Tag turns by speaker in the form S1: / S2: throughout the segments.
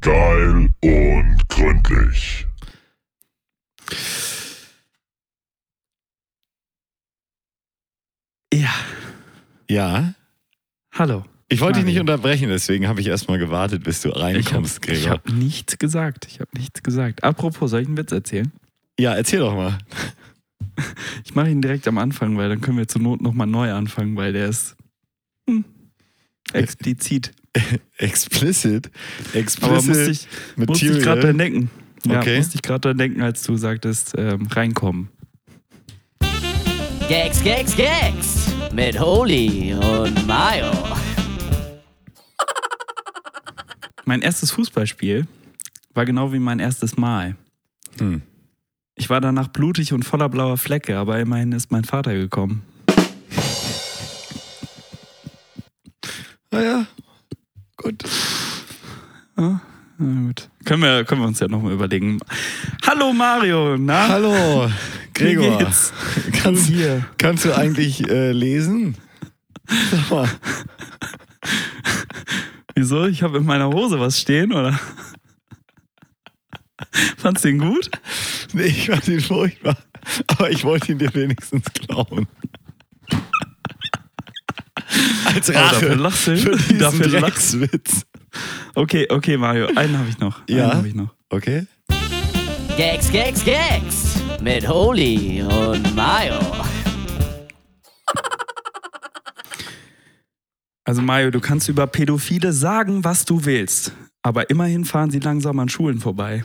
S1: geil und gründlich.
S2: Ja,
S3: Ja.
S2: hallo.
S3: Ich wollte dich nicht
S2: Mario.
S3: unterbrechen, deswegen habe ich erstmal gewartet, bis du reinkommst,
S2: Ich
S3: Gregor.
S2: habe hab nichts gesagt. Ich habe nichts gesagt. Apropos, soll ich einen Witz erzählen?
S3: Ja, erzähl doch mal.
S2: Ich mache ihn direkt am Anfang, weil dann können wir zur Not nochmal neu anfangen, weil der ist hm, explizit.
S3: Explicit.
S2: Aber musste
S3: Explicit
S2: ich, musste
S3: Material.
S2: ich gerade dran denken. Ja,
S3: Okay.
S2: musste ich gerade dran denken, als du sagtest, ähm, reinkommen.
S4: Gags, Gags, Gags mit Holy und Mayo.
S2: Mein erstes Fußballspiel war genau wie mein erstes Mal.
S3: Hm.
S2: Ich war danach blutig und voller blauer Flecke, aber immerhin ist mein Vater gekommen.
S3: Naja, gut.
S2: Na gut. Können wir, können wir uns ja nochmal überlegen. Hallo Mario, na?
S3: Hallo,
S2: Ah. Wie
S3: Gregor.
S2: geht's?
S3: Kannst,
S2: Du hier.
S3: kannst du eigentlich äh, lesen? Sag mal.
S2: Wieso? Ich habe in meiner Hose was stehen, oder? Fandst du den gut?
S3: Nee, ich fand ihn furchtbar. Aber ich wollte ihn dir wenigstens klauen. Als
S2: Oh, dafür
S3: Rache.
S2: lachst du.
S3: für diesen
S2: dafür lachst
S3: Dreckswitz.
S2: du. Okay, okay, Mario. Einen habe ich noch. Einen
S3: Ja?
S2: habe ich noch.
S3: Okay.
S4: Gags, Gags, Gags mit Holy und Mayo.
S2: Also Mario, du kannst über Pädophile sagen, was du willst. Aber immerhin fahren sie langsam an Schulen vorbei.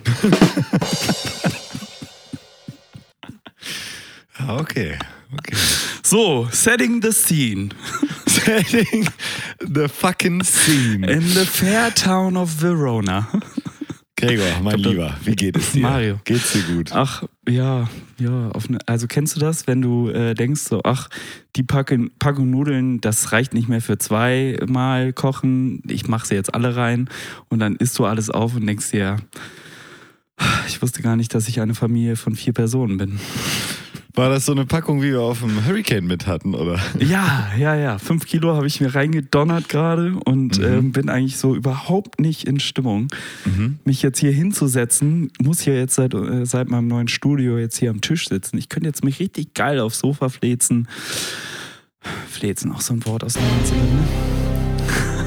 S3: Ah, okay. Okay.
S2: So, setting the scene.
S3: Setting the fucking scene.
S2: In the fair town of Verona.
S3: Gregor, mein Lieber, wie geht es dir?
S2: Mario.
S3: Geht's dir gut?
S2: Ach, ja, ja. Auf ne, also kennst du das, wenn du äh, denkst so, ach, die Packen, Packung Nudeln, das reicht nicht mehr für zweimal kochen, ich mache sie jetzt alle rein und dann isst du alles auf und denkst dir, ich wusste gar nicht, dass ich eine Familie von vier Personen bin.
S3: War das so eine Packung, wie wir auf dem Hurricane mit hatten, oder?
S2: Ja, ja, ja. Fünf Kilo habe ich mir reingedonnert gerade
S3: Mhm.
S2: und ähm, bin eigentlich so überhaupt nicht in Stimmung.
S3: Mhm.
S2: Mich jetzt hier hinzusetzen, muss hier jetzt seit, äh, seit meinem neuen Studio jetzt hier am Tisch sitzen. Ich könnte jetzt mich richtig geil aufs Sofa flezen. Flezen, auch so ein Wort aus dem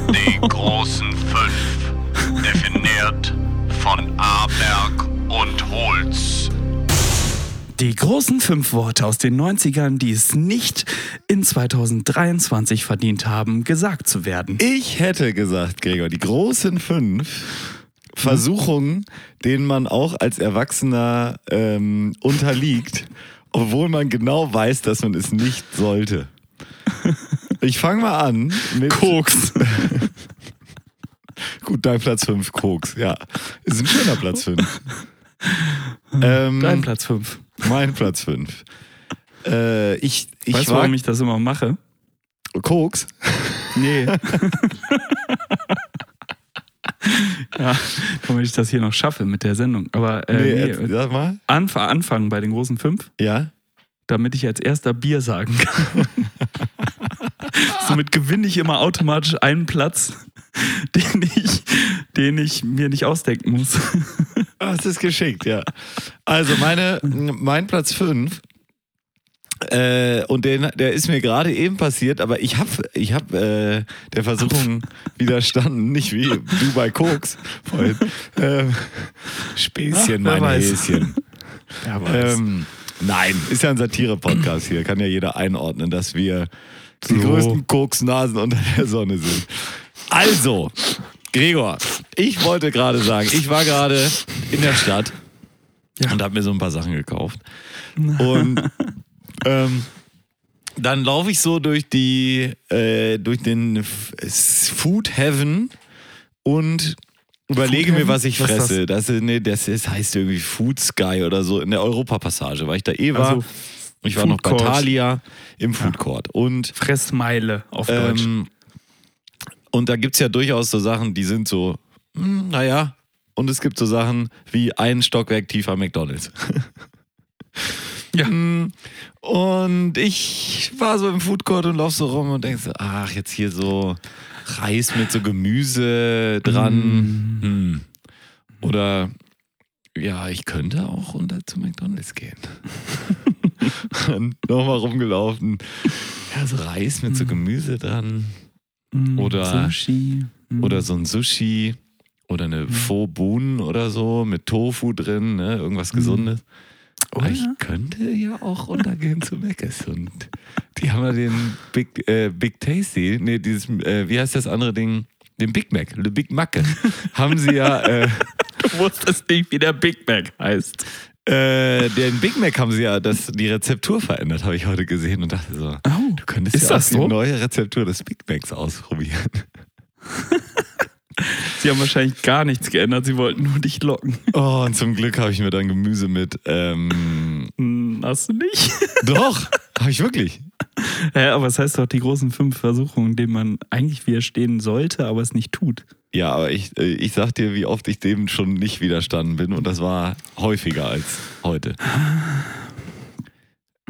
S2: 19. Ne?
S5: Die großen fünf, definiert von Aberg und Holz.
S2: Die großen fünf Worte aus den 90ern, die es nicht in 2023 verdient haben, gesagt zu werden.
S3: Ich hätte gesagt, Gregor, die großen fünf Versuchungen, denen man auch als Erwachsener ähm, unterliegt, obwohl man genau weiß, dass man es nicht sollte. Ich fange mal an mit.
S2: Koks.
S3: Gut, dein Platz 5, Koks, ja. Ist ein schöner Platz 5. Ähm,
S2: Dein Platz fünf.
S3: Mein Platz 5. Äh, ich ich
S2: Weißt du,
S3: war
S2: warum ich das immer mache?
S3: Koks.
S2: Nee. ja, komm, wenn ich das hier noch schaffe mit der Sendung. Aber
S3: nee,
S2: äh,
S3: jetzt-
S2: nee,
S3: sag mal.
S2: anf anfangen bei den großen fünf,
S3: Ja.
S2: damit ich als erster Bier sagen kann. Somit gewinne ich immer automatisch einen Platz, den ich, den ich mir nicht ausdenken muss.
S3: Ah, es ist geschickt, ja. Also meine, mein Platz 5. Äh, und den, der ist mir gerade eben passiert, aber ich habe ich hab, äh, der Versuchung widerstanden, nicht wie du bei Koks vorhin. Ähm, Späßchen,
S2: Ach, wer
S3: mein
S2: weiß.
S3: Häschen.
S2: Ja,
S3: Ähm, nein, ist ja ein Satire-Podcast hier. Kann ja jeder einordnen, dass wir die
S2: So.
S3: größten Koksnasen unter der Sonne sind. Also, Gregor, ich wollte gerade sagen, ich war gerade in der Stadt
S2: Ja.
S3: und habe mir so ein paar Sachen gekauft. Und ähm, dann laufe ich so durch die, äh, durch den F- Food Heaven und überlege
S2: Food
S3: mir, was
S2: Heaven?
S3: ich
S2: Was ist
S3: fresse. das? ist- nee, das ist, heißt irgendwie Food Sky oder so in der Europapassage, weil ich da eh war.
S2: also
S3: ich war
S2: Food
S3: noch bei
S2: Court.
S3: Thalia im Food Court. Und
S2: Fressmeile auf Deutsch.
S3: ähm, und da gibt es ja durchaus so Sachen, die sind so, hm, naja. Und es gibt so Sachen wie ein Stockwerk tiefer McDonalds.
S2: Ja.
S3: Hm, Und ich war so im Foodcourt und lauf so rum und denk so, ach, jetzt hier so Reis mit so Gemüse dran. Hm. Oder ja, ich könnte auch runter zu McDonalds gehen. Und Nochmal rumgelaufen. Hm. Ja, so Reis mit so Gemüse dran.
S2: Mm,
S3: Oder-
S2: Sushi. Mm.
S3: Oder so ein Sushi. Oder eine Faux Bohnen oder so mit Tofu drin, ne? irgendwas Gesundes.
S2: Oh,
S3: Aber ich
S2: ja.
S3: könnte ja auch runtergehen zu Mc's und die haben ja den Big, äh, Big Tasty, nee, dieses, äh, wie heißt das andere Ding? Den Big Mac, Le Big Macke, haben sie ja, äh,
S2: Du wusstest nicht, wie der Big Mac heißt.
S3: äh, den Big Mac haben sie ja das, die Rezeptur verändert, habe ich heute gesehen und dachte so,
S2: Oh,
S3: du könntest
S2: ist
S3: ja
S2: das
S3: auch
S2: so?
S3: die neue Rezeptur des Big Macs ausprobieren.
S2: Sie haben wahrscheinlich gar nichts geändert. Sie wollten nur dich locken.
S3: Oh, und zum Glück habe ich mir dann Gemüse mit, ähm,
S2: Hm, Hast du nicht?
S3: doch, habe ich wirklich.
S2: Hä, aber es heißt doch die großen fünf Versuchungen, denen man eigentlich widerstehen sollte, aber es nicht tut.
S3: Ja, aber ich, äh, ich sag dir, wie oft ich dem schon nicht widerstanden bin und das war häufiger als heute.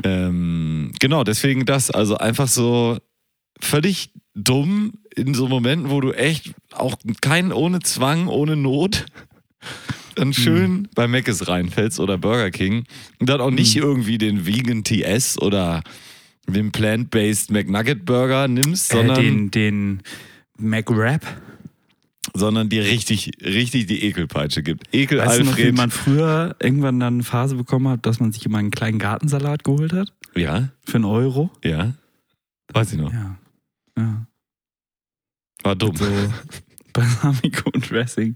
S3: Ähm, genau, deswegen das. Also einfach so völlig dumm in so Momenten, wo du echt auch keinen ohne Zwang, ohne Not dann schön
S2: Mhm.
S3: bei Mc's reinfällst oder Burger King und dann auch nicht irgendwie den Vegan TS oder den Plant-Based McNugget Burger nimmst, sondern
S2: äh, den, den McRap.
S3: sondern die richtig, richtig die Ekelpeitsche gibt. Ekel
S2: Weißt du noch, wie
S3: Alfred.
S2: man früher irgendwann dann eine Phase bekommen hat, dass man sich immer einen kleinen Gartensalat geholt hat?
S3: ja,
S2: Für einen Euro?
S3: ja. Weiß ich noch.
S2: Ja. ja.
S3: War dumm.
S2: So Balsamico und Dressing.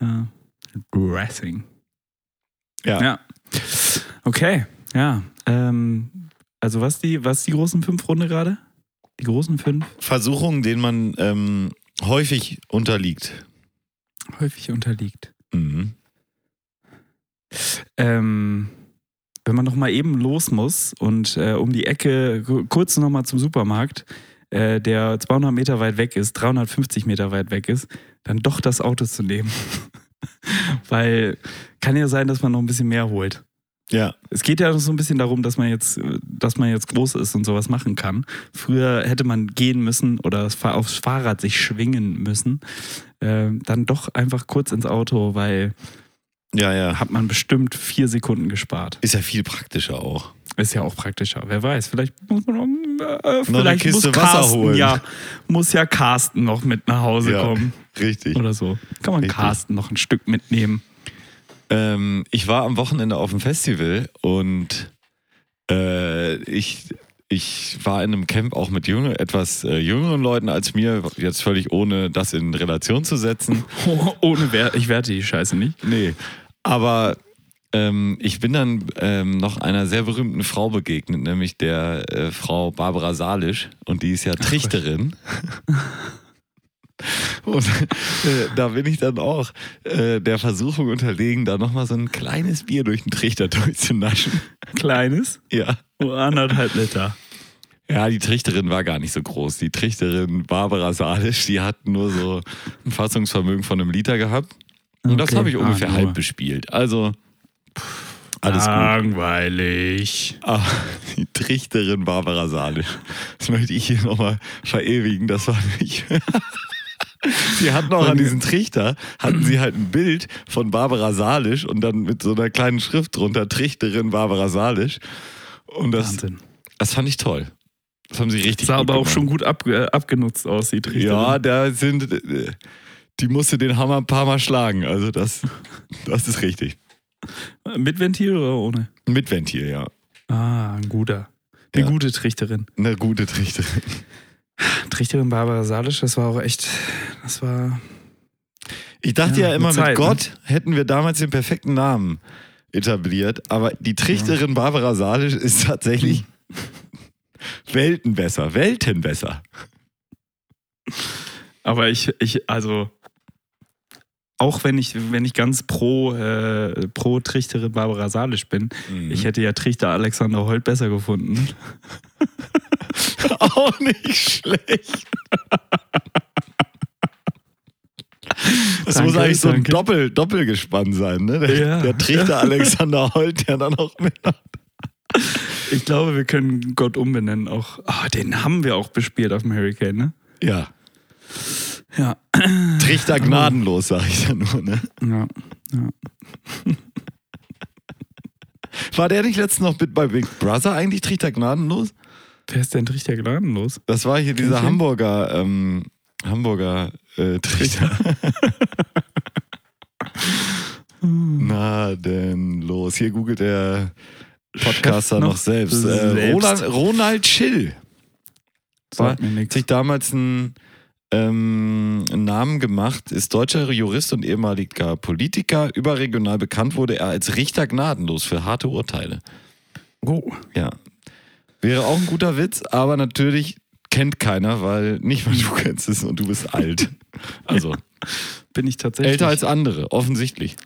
S2: Ja. Dressing.
S3: Ja.
S2: Ja. Okay. Ja. Ähm, also was die, was die großen fünf Runde gerade? Die großen fünf
S3: Versuchungen, denen man ähm, häufig unterliegt.
S2: häufig unterliegt.
S3: Mhm.
S2: Ähm, wenn man noch mal eben los muss und äh, um die Ecke ku- kurz noch mal zum Supermarkt, äh, der 200 Meter weit weg ist, 350 Meter weit weg ist, dann doch das Auto zu nehmen. Weil kann ja sein, dass man noch ein bisschen mehr holt.
S3: Ja.
S2: Es geht ja so ein bisschen darum, dass man jetzt, äh, dass man jetzt groß ist und sowas machen kann. Früher hätte man gehen müssen oder das Fa- aufs Fahrrad sich schwingen müssen. Ähm, dann doch einfach kurz ins Auto, weil
S3: Ja, ja.
S2: hat man bestimmt vier Sekunden gespart.
S3: Ist ja viel praktischer auch.
S2: Ist ja auch praktischer. Wer weiß, vielleicht muss man äh,
S3: Noch eine
S2: vielleicht
S3: Kiste
S2: muss
S3: Wasser
S2: Carsten,
S3: holen.
S2: Ja, muss ja Carsten noch mit nach Hause kommen
S3: richtig.
S2: oder so. Kann man
S3: Richtig.
S2: Carsten noch ein Stück mitnehmen.
S3: Ähm, ich war am Wochenende auf dem Festival und äh, ich, ich war in einem Camp auch mit jünger, etwas äh, jüngeren Leuten als mir, jetzt völlig ohne das in Relation zu setzen.
S2: Ohne Wert, ich werte die Scheiße nicht.
S3: Nee, aber ähm, ich bin dann ähm, noch einer sehr berühmten Frau begegnet, nämlich der äh, Frau Barbara Salisch. Und die ist ja Trichterin. Und äh, da bin ich dann auch äh, der Versuchung unterlegen, da nochmal so ein kleines Bier durch den Trichter durchzunaschen.
S2: Kleines,
S3: Ja.
S2: nur anderthalb Liter.
S3: Ja, die Trichterin war gar nicht so groß. Die Trichterin Barbara Salisch, die hat nur so ein Fassungsvermögen von einem Liter gehabt. Und das
S2: Okay.
S3: habe ich
S2: Ah,
S3: ungefähr
S2: nur.
S3: halb bespielt. Also alles
S2: Ah.
S3: gut.
S2: Langweilig.
S3: Aber die Trichterin Barbara Salisch, das möchte ich hier nochmal verewigen, das war nicht. Sie hatten auch an diesem Trichter, hatten sie halt ein Bild von Barbara Salisch und dann mit so einer kleinen Schrift drunter, Trichterin Barbara Salisch. Und das,
S2: Wahnsinn.
S3: das fand ich toll. Das haben sie richtig
S2: Sah
S3: gut
S2: aber auch
S3: gemacht.
S2: schon gut ab, äh, abgenutzt aus, die Trichter.
S3: Ja, da sind. äh, Die musste den Hammer ein paar Mal schlagen. Also, das, das ist richtig.
S2: Mit Ventil oder ohne?
S3: Mit Ventil, ja.
S2: Ah, ein guter. Eine
S3: Ja.
S2: gute Trichterin.
S3: Eine gute Trichter.
S2: Trichterin Barbara Salisch, das war auch echt, das war,
S3: Ich dachte ja,
S2: Ja,
S3: immer,
S2: mit
S3: mit,
S2: Zeit, ne?
S3: Gott hätten wir damals den perfekten Namen etabliert. Aber die Trichterin Barbara Salisch ist tatsächlich
S2: Hm.
S3: Welten besser. Welten besser.
S2: aber ich, ich, also, auch wenn ich, wenn ich ganz pro, äh, pro Trichterin Barbara Salisch bin, ich hätte ja Trichter Alexander Holt besser gefunden.
S3: auch nicht schlecht. Das
S2: Danke,
S3: muss eigentlich so ein
S2: danke.
S3: Doppel, Doppelgespann sein, ne? Der,
S2: Ja.
S3: der Trichter Alexander Holt, der dann auch mit.
S2: Ich glaube, wir können Gott umbenennen auch. Ah, den haben wir auch bespielt auf dem Hurricane, ne?
S3: Ja.
S2: Ja.
S3: Trichter gnadenlos, sage ich ja nur. Ne?
S2: Ja.
S3: War der nicht letztens noch mit bei Big Brother eigentlich Trichter gnadenlos?
S2: Wer ist denn Trichter gnadenlos?
S3: Das war hier dieser
S2: ich ihn?
S3: Hamburger, ähm, Hamburger äh, Trichter. Na denn los. Hier googelt der Podcaster
S2: Chef
S3: noch,
S2: noch
S3: selbst. Äh,
S2: selbst.
S3: Roland, Ronald Schill
S2: Sagt mir
S3: hat
S2: nichts.
S3: sich damals einen, ähm, einen Namen gemacht, ist deutscher Jurist und ehemaliger Politiker. Überregional bekannt wurde er als Richter gnadenlos für harte Urteile.
S2: Oh.
S3: Ja. Wäre auch ein guter Witz, aber natürlich kennt keiner, weil nicht mal du kennst es und du bist alt. Also
S2: Bin ich tatsächlich.
S3: älter als andere, offensichtlich.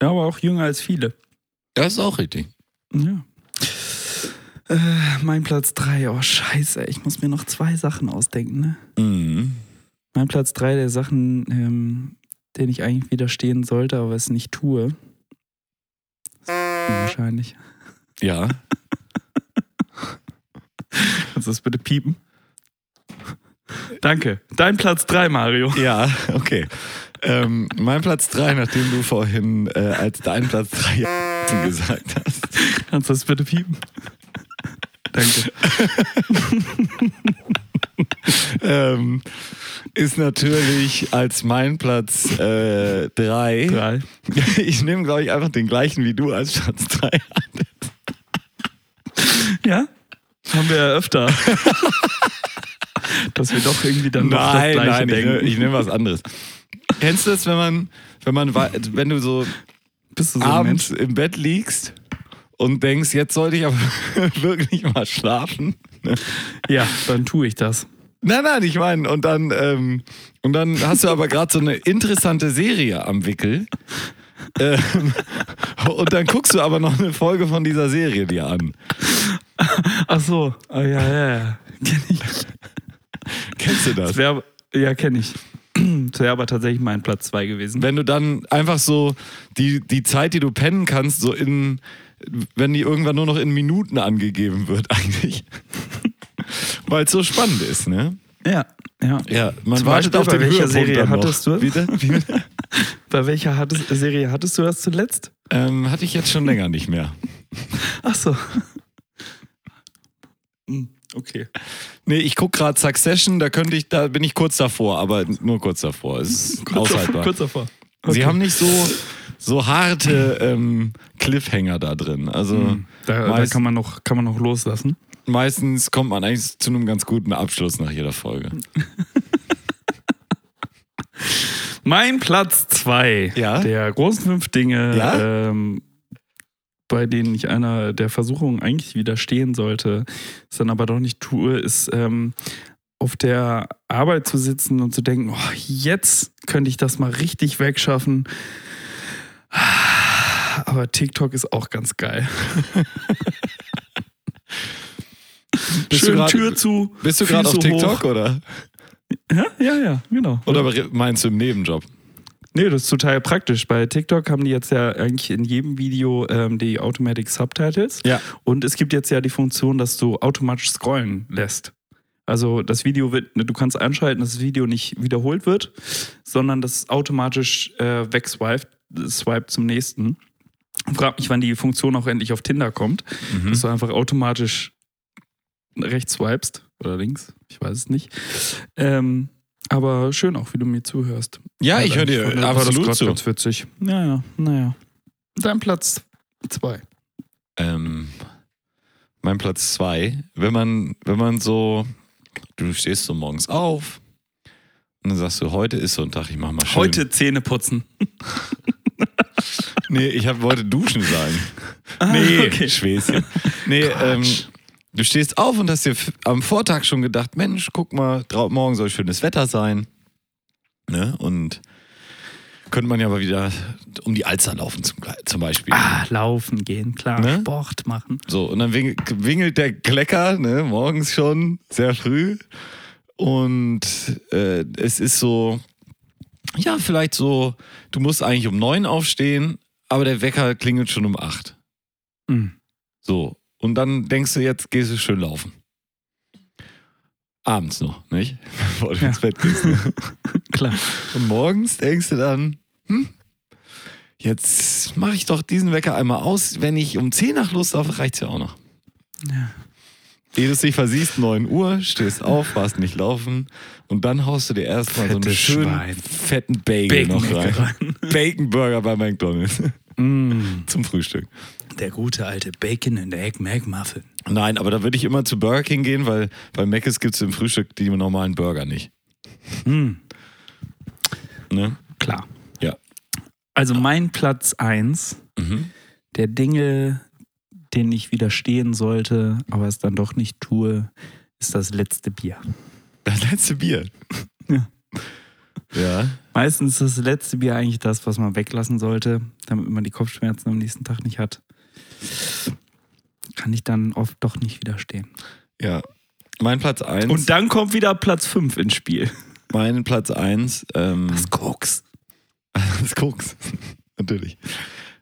S2: Ja, aber auch jünger als viele.
S3: Das ist auch richtig.
S2: Ja. Äh, mein Platz 3, oh scheiße, ich muss mir noch zwei Sachen ausdenken, ne?
S3: Mhm.
S2: Mein Platz 3 der Sachen, ähm, denen ich eigentlich widerstehen sollte, aber es nicht tue. Hm, Wahrscheinlich.
S3: Ja.
S2: Kannst du das bitte piepen? Danke. Dein Platz 3, Mario.
S3: Ja, okay. Ähm, mein Platz 3, nachdem du vorhin äh, als dein Platz 3 gesagt hast.
S2: Kannst du das bitte piepen? Danke.
S3: ähm, ist natürlich als mein Platz 3. Äh, drei.
S2: Drei.
S3: ich nehme, glaube ich, einfach den gleichen wie du als Platz 3
S2: Ja? Haben wir ja öfter. Dass wir doch irgendwie dann noch das
S3: Nein,
S2: Gleiche
S3: nein, ich,
S2: denken.
S3: nehm- ich nehme was anderes. Kennst du das, wenn man, wenn man, wei- wenn du so
S2: Bist du so ein
S3: abends
S2: Mensch?
S3: im Bett liegst und denkst, jetzt sollte ich aber wirklich mal schlafen?
S2: Ja, dann tue ich das.
S3: Nein, nein, ich meine, und dann, ähm, und dann hast du aber gerade so eine interessante Serie am Wickel. Ähm, und dann guckst du aber noch eine Folge von dieser Serie dir an.
S2: Ach so, ah, ja, ja, ja. Kenn ich.
S3: Kennst du das?
S2: Das wär, ja, kenne ich. Das wäre aber tatsächlich mein Platz 2 gewesen.
S3: wenn du dann einfach so die, die Zeit, die du pennen kannst, so in, wenn die irgendwann nur noch in Minuten angegeben wird, eigentlich. Weil es so spannend ist, ne?
S2: Ja, ja.
S3: Ja, man
S2: Zum
S3: wartet
S2: Beispiel
S3: auf
S2: bei
S3: den
S2: welcher
S3: Höhepunkt
S2: Serie
S3: dann noch.
S2: hattest du?
S3: Bitte? Bitte?
S2: Bei welcher hattest, Serie hattest du das zuletzt?
S3: ähm, hatte ich jetzt schon länger nicht mehr.
S2: Ach so. Hm, Okay.
S3: Nee, ich gucke gerade Succession, da könnte ich, da bin ich kurz davor, aber nur kurz davor. Es ist
S2: Kurz davor.
S3: aushaltbar.
S2: Kurz davor.
S3: Sie haben nicht so, so harte ähm, Cliffhanger da drin. Also
S2: Hm, Da, da
S3: meist-
S2: kann, man noch, kann man noch loslassen.
S3: meistens kommt man eigentlich zu einem ganz guten Abschluss nach jeder Folge.
S2: Mein Platz 2
S3: Ja?
S2: der großen fünf Dinge,
S3: Ja?
S2: ähm, bei denen ich einer der Versuchung eigentlich widerstehen sollte, es dann aber doch nicht tue, ist ähm, auf der Arbeit zu sitzen und zu denken, oh, jetzt könnte ich das mal richtig wegschaffen. Aber TikTok ist auch ganz geil.
S3: Bist du
S2: Schön
S3: grad-
S2: Tür zu.
S3: Bist du
S2: Füße
S3: gerade auf TikTok
S2: Hoch.
S3: oder?
S2: Ja, ja, ja, genau.
S3: Oder re- meinst du im Nebenjob?
S2: Nee, das ist total praktisch. Bei TikTok haben die jetzt ja eigentlich in jedem Video ähm, die Automatic Subtitles.
S3: Ja.
S2: Und es gibt jetzt ja die Funktion, dass du automatisch scrollen lässt. Also das Video wird, du kannst einschalten, dass das Video nicht wiederholt wird, sondern dass es automatisch äh, wegswiped, swipe zum nächsten. Frag mich, wann die Funktion auch endlich auf Tinder kommt,
S3: Mhm.
S2: dass du einfach automatisch rechts swipest oder links, ich weiß es nicht. Ähm, aber schön auch, wie du mir zuhörst.
S3: Ja, ich
S2: Hat
S3: höre
S2: eigentlich
S3: dir
S2: von der- war
S3: absolut
S2: das grad
S3: zu.
S2: Ganz witzig. Naja, naja. Dein Platz zwei.
S3: Ähm, mein Platz zwei, wenn man, wenn man so, du stehst so morgens auf und dann sagst du, heute ist so ein Tag, ich mach mal schön.
S2: Heute Zähne putzen.
S3: Nee, ich hab, wollte duschen sagen. nee,
S2: Ah, okay.
S3: Schwäßchen. Nee, ähm, du stehst auf und hast dir f- am Vortag schon gedacht, Mensch, guck mal, drau- morgen soll schönes Wetter sein. Ne? Und könnte man ja mal wieder um die Alster laufen zum, Gle- zum Beispiel.
S2: Ah, laufen gehen, klar.
S3: Ne?
S2: Sport machen.
S3: So, und dann wing- wingelt der Klecker, ne, morgens schon, sehr früh. Und äh, es ist so, ja, vielleicht so, du musst eigentlich um neun aufstehen, aber der Wecker klingelt schon um acht.
S2: Mhm.
S3: So. Und dann denkst du, jetzt gehst du schön laufen. abends noch, nicht? Bevor du ins Bett gehst. Ne?
S2: Klar.
S3: Und morgens denkst du dann, hm, jetzt mache ich doch diesen Wecker einmal aus. Wenn ich um 10 nach Lust habe, reicht es ja auch noch.
S2: Ja.
S3: Ehe du dich versiehst, 9 Uhr, stehst auf, warst nicht laufen und dann haust du dir erstmal so einen
S2: Fettes
S3: schönen
S2: Schwein.
S3: fetten Bagel noch rein. Mhm. Bacon Burger bei McDonalds zum Frühstück.
S2: Der gute alte Bacon and Egg McMuffin.
S3: Nein, aber da würde ich immer zu Burger King gehen, weil bei Mc's gibt es im Frühstück die normalen Burger nicht. Ne?
S2: Klar.
S3: Mhm. Ja.
S2: Also mein Platz 1
S3: Mhm.
S2: der Dinge, denen ich widerstehen sollte, aber es dann doch nicht tue, ist das letzte Bier.
S3: Das letzte Bier.
S2: Ja.
S3: Ja.
S2: Meistens ist das letzte Bier eigentlich das, was man weglassen sollte, damit man die Kopfschmerzen am nächsten Tag nicht hat. Kann ich dann oft doch nicht widerstehen.
S3: Ja. Mein Platz 1.
S2: Und dann kommt wieder Platz 5 ins Spiel.
S3: mein Platz 1. Ähm,
S2: Koks.
S3: Das Koks. Natürlich.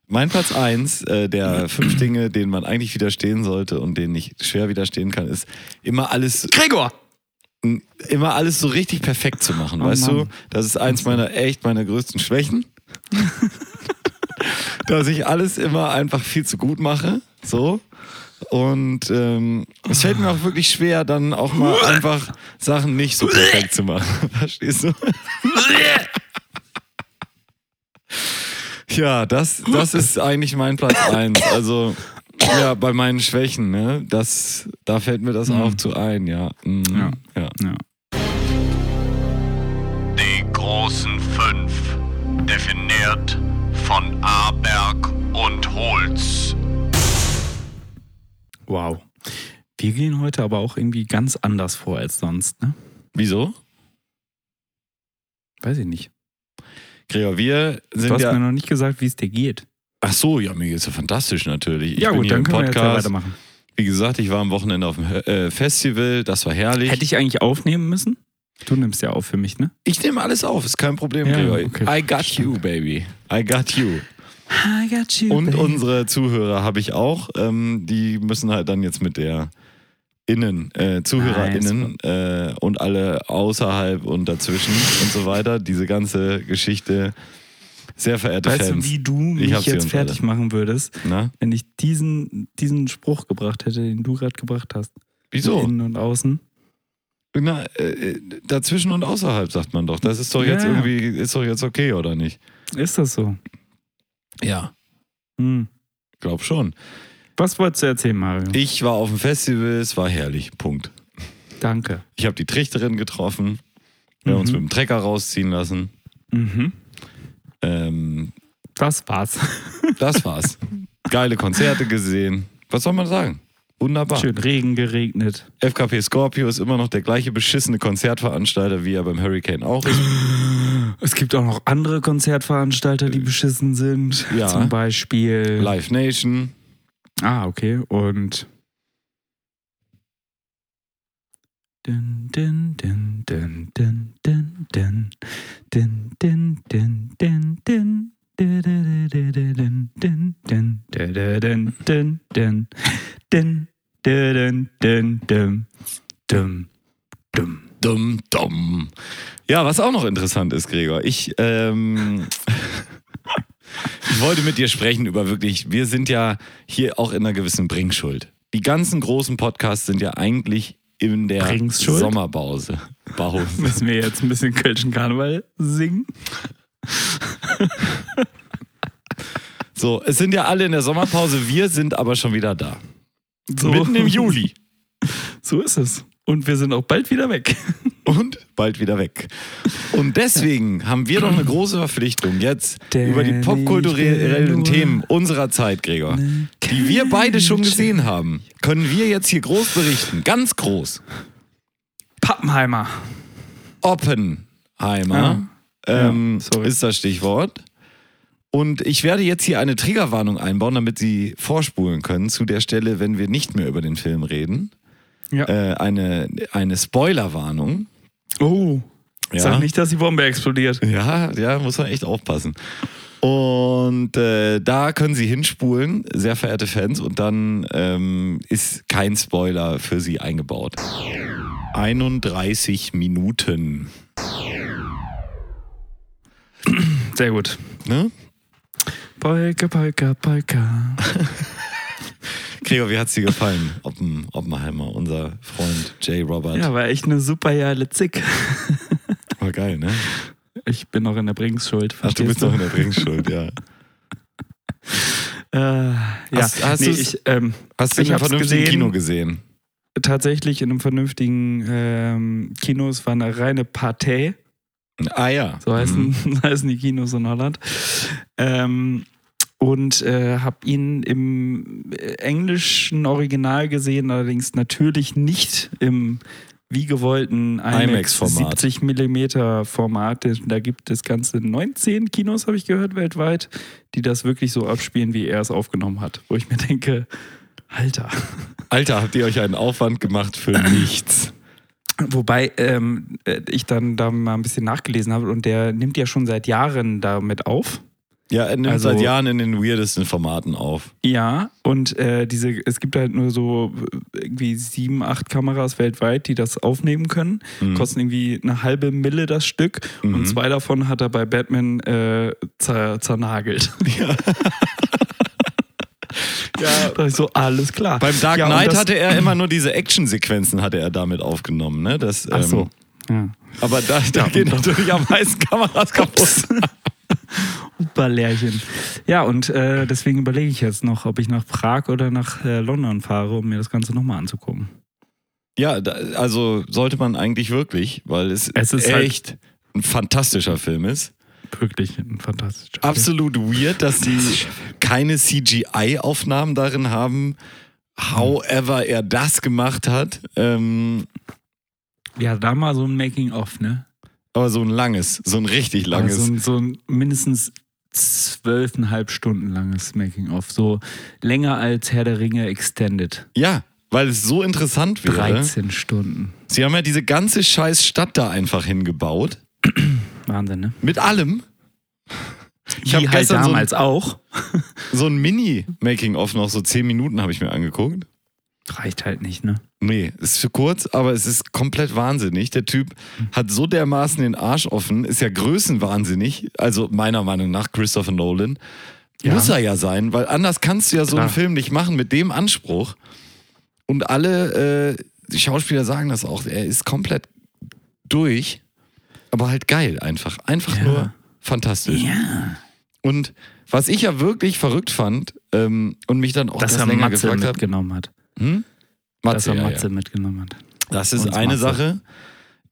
S3: Mein Platz 1 äh, der fünf Dinge, denen man eigentlich widerstehen sollte und denen ich schwer widerstehen kann, ist immer alles
S2: Gregor!
S3: immer alles so richtig perfekt zu machen,
S2: Oh
S3: weißt du?
S2: Mann.
S3: Das ist eins meiner echt meiner größten Schwächen. dass ich alles immer einfach viel zu gut mache, so. Und ähm, es fällt mir auch wirklich schwer, dann auch mal einfach Sachen nicht so perfekt zu machen. Verstehst du? Ja, das, das ist eigentlich mein Platz 1. Also, ja, bei meinen Schwächen, ne? Das, da fällt mir das auch zu ein, ja. Mhm,
S2: Ja.
S3: ja.
S2: Ja.
S5: Die großen fünf, definiert von Aberg und Holz.
S2: Wow. Wir gehen heute aber auch irgendwie ganz anders vor als sonst, ne?
S3: Wieso?
S2: Weiß ich nicht.
S3: Gregor, wir
S2: Du
S3: sind
S2: hast mir
S3: ja.
S2: noch nicht gesagt, wie es dir geht.
S3: Ach so, ja, mir geht's ja fantastisch natürlich. Ich
S2: ja,
S3: bin
S2: gut,
S3: hier
S2: dann
S3: im
S2: können wir jetzt ja
S3: Podcast.
S2: weitermachen.
S3: wie gesagt, ich war am Wochenende auf dem äh, Festival, das war herrlich.
S2: Hätte ich eigentlich aufnehmen müssen? Du nimmst ja auf für mich, ne?
S3: ich nehme alles auf, ist kein Problem,
S2: Ja,
S3: Gregor.
S2: okay.
S3: I got you, baby. I got you.
S2: I got you.
S3: Und unsere Zuhörer habe ich auch. Ähm, die müssen halt dann jetzt mit der Innen, äh, ZuhörerInnen äh, und alle außerhalb und dazwischen und so weiter, diese ganze Geschichte. Sehr verehrte
S2: Weißt
S3: Fans. ne?
S2: du, wie du mich
S3: hab sie
S2: jetzt
S3: uns
S2: fertig
S3: alle.
S2: machen würdest,
S3: Na?
S2: wenn ich diesen, diesen Spruch gebracht hätte, den du gerade gebracht hast?
S3: Wieso?
S2: Innen und außen.
S3: Na, äh, dazwischen und außerhalb, sagt man doch. Das ist doch
S2: Ja,
S3: jetzt
S2: ja.
S3: irgendwie, ist doch jetzt okay, oder nicht?
S2: Ist das so?
S3: Ja.
S2: Hm.
S3: Glaub schon.
S2: Was wolltest du erzählen, Mario?
S3: Ich war auf dem Festival, es war herrlich. Punkt.
S2: Danke.
S3: Ich habe die Trichterin getroffen. Wir haben
S2: Mhm.
S3: uns mit dem Trecker rausziehen lassen.
S2: Mhm.
S3: Ähm,
S2: Das war's.
S3: das war's. Geile Konzerte gesehen. Was soll man sagen? Wunderbar.
S2: Schön Regen geregnet.
S3: FKP Scorpio ist immer noch der gleiche beschissene Konzertveranstalter, wie er beim Hurricane auch ist.
S2: Es gibt auch noch andere Konzertveranstalter, die beschissen sind.
S3: Ja.
S2: Zum Beispiel.
S3: Live Nation.
S2: Ah, okay. Und. Dun, dun, dun, dun, dun, dun, dun. Dun, dun, dun, dun, dun. Dun, dun, dun, dun, dun, dun, dun, dun, dun, dun. Dun, dun, dun, dun. Dum,
S3: Dumm, dumm. Ja, was auch noch interessant ist, Gregor, ich, ähm, ich wollte mit dir sprechen über wirklich, wir sind ja hier auch in einer gewissen Bringschuld. Die ganzen großen Podcasts sind ja eigentlich in der
S2: Bringschuld?
S3: Sommerpause. Pause.
S2: Müssen wir jetzt ein bisschen Kölschen Karneval singen?
S3: So, es sind ja alle in der Sommerpause, wir sind aber schon wieder da.
S2: So.
S3: Mitten im Juli.
S2: So ist es. Und wir sind auch bald wieder weg.
S3: Und bald wieder weg. Und deswegen haben wir doch eine große Verpflichtung, jetzt
S2: Denn
S3: über die
S2: ich bin
S3: popkulturellen
S2: nur-
S3: Themen unserer Zeit, Gregor, die wir beide schon gesehen haben, können wir jetzt hier groß berichten. Ganz groß.
S2: Pappenheimer.
S3: Oppenheimer ähm,
S2: Ja, sorry.
S3: ist das Stichwort. Und ich werde jetzt hier eine Triggerwarnung einbauen, damit Sie vorspulen können zu der Stelle, wenn wir nicht mehr über den Film reden.
S2: Ja.
S3: Äh, eine eine Spoilerwarnung.
S2: Oh.
S3: Ja.
S2: Sag nicht, dass die Bombe explodiert.
S3: Ja, ja, muss man echt aufpassen. Und äh, da können Sie hinspulen, sehr verehrte Fans, und dann ähm, ist kein Spoiler für Sie eingebaut. 31 Minuten.
S2: Sehr gut.
S3: Ne?
S2: Polka, Polka, Polka.
S3: Gregor, wie hat's dir gefallen? Oppen, Oppenheimer, unser Freund Jay Robert.
S2: Ja, war echt eine super geile Zick.
S3: War geil, ne?
S2: Ich bin noch in der Bringsschuld.
S3: Ach, du
S2: verstehst
S3: bist noch in der Bringschuld, ja.
S2: Äh, ja,
S3: Hast- hast
S2: nee,
S3: du's-
S2: ich, ähm,
S3: Hast du
S2: Ich
S3: ihn im
S2: hab's
S3: vernünftigen
S2: gesehen.
S3: Kino gesehen?
S2: tatsächlich in einem vernünftigen ähm, Kino, es war eine reine Partei,
S3: Ah ja.
S2: so heißen, so heißen die Kinos in Holland. Ähm, und äh, habe ihn im äh, englischen Original gesehen, allerdings natürlich nicht im wie gewollten IMAX,
S3: IMAX-Format.
S2: 70 mm Format. Da gibt es ganze 19 Kinos, habe ich gehört, weltweit, die das wirklich so abspielen, wie er es aufgenommen hat. Wo ich mir denke, Alter.
S3: Alter, habt ihr euch einen Aufwand gemacht für nichts?
S2: Wobei ähm, äh, ich dann da mal ein bisschen nachgelesen habe und der nimmt ja schon seit Jahren damit auf.
S3: Ja, er nimmt
S2: Also-
S3: seit Jahren in den weirdesten Formaten auf.
S2: Ja, und äh, diese, es gibt halt nur so äh, irgendwie sieben, acht Kameras weltweit, die das aufnehmen können.
S3: Mhm.
S2: Kosten irgendwie eine halbe Mille das Stück und zwei davon hat er bei Batman äh, zer zernagelt. Ja. da ist so, alles klar.
S3: Beim Dark
S2: Ja, und
S3: Knight
S2: das-
S3: hatte er immer nur diese Actionsequenzen, hatte er damit aufgenommen, ne? Das,
S2: Ach so.
S3: ähm,
S2: Ja.
S3: Aber da, da gehen natürlich am meisten Kameras kaputt.
S2: Oberlärchen. Ja, und äh, deswegen überlege ich jetzt noch, ob ich nach Prag oder nach äh, London fahre, um mir das Ganze nochmal anzugucken.
S3: Ja, da, also sollte man eigentlich wirklich, weil es,
S2: Es ist halt-
S3: echt ein fantastischer Film ist.
S2: Wirklich ein fantastischer
S3: Absolut weird, dass die keine CGI-Aufnahmen darin haben. However er das gemacht hat. Ähm,
S2: Film. Ja, da mal so ein Making-of, ne?
S3: aber so ein langes, so ein richtig langes.
S2: Also so ein mindestens zwölfeinhalb Stunden langes Making-of. So länger als Herr der Ringe Extended.
S3: ja, weil es so interessant wäre.
S2: 13 Stunden.
S3: Sie haben ja diese ganze scheiß Stadt da einfach hingebaut.
S2: Wahnsinn, ne?
S3: Mit allem. Ich
S2: Wie
S3: habe
S2: halt
S3: gestern so ein,
S2: damals auch.
S3: so ein Mini-Making-of noch, so 10 Minuten habe ich mir angeguckt.
S2: Reicht halt nicht, ne?
S3: Nee, ist für kurz, aber es ist komplett wahnsinnig. Der Typ hat so dermaßen den Arsch offen, ist ja größenwahnsinnig. Also meiner Meinung nach Christopher Nolan.
S2: Ja.
S3: Muss er ja sein, weil anders kannst du ja so einen
S2: Klar.
S3: Film nicht machen mit dem Anspruch. Und alle äh, die Schauspieler sagen das auch. Er ist komplett durch, aber halt geil einfach. Einfach
S2: Ja.
S3: nur fantastisch.
S2: Ja.
S3: Und was ich ja wirklich verrückt fand ähm, und mich dann auch
S2: Dass
S3: das
S2: er
S3: länger
S2: Matze
S3: gefragt habe,
S2: mitgenommen hat. Dass
S3: Matze,
S2: er
S3: ja, ja.
S2: Matze mitgenommen hat.
S3: Das ist
S2: Uns
S3: eine
S2: Matze.
S3: Sache.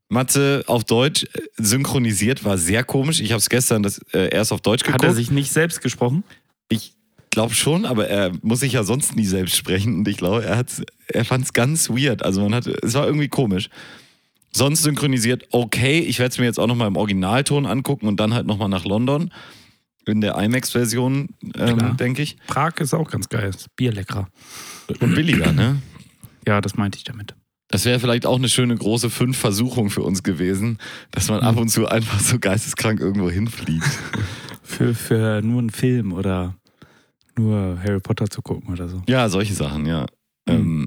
S3: Matze auf Deutsch äh, synchronisiert war sehr komisch. Ich habe es gestern das, äh, erst auf Deutsch geguckt.
S2: Hat er sich nicht selbst gesprochen?
S3: ich glaube schon, aber er muss sich ja sonst nie selbst sprechen. Und ich glaube, er, hat's- er fand es ganz weird. Also man hat, es war irgendwie komisch. Sonst synchronisiert, okay, ich werde es mir jetzt auch nochmal im Originalton angucken und dann halt nochmal nach London. In der IMAX-Version,
S2: Klar.
S3: ähm, denke ich.
S2: Prag ist auch ganz geil. Ist Bier leckerer.
S3: Und billiger, ne?
S2: Ja, das meinte ich damit.
S3: Das wäre vielleicht auch eine schöne große Fünf-Versuchung für uns gewesen, dass man ab und zu einfach so geisteskrank irgendwo hinfliegt.
S2: Für, für nur einen Film oder nur Harry Potter zu gucken oder so.
S3: ja, solche Sachen, ja.
S2: Hm.
S3: Ähm,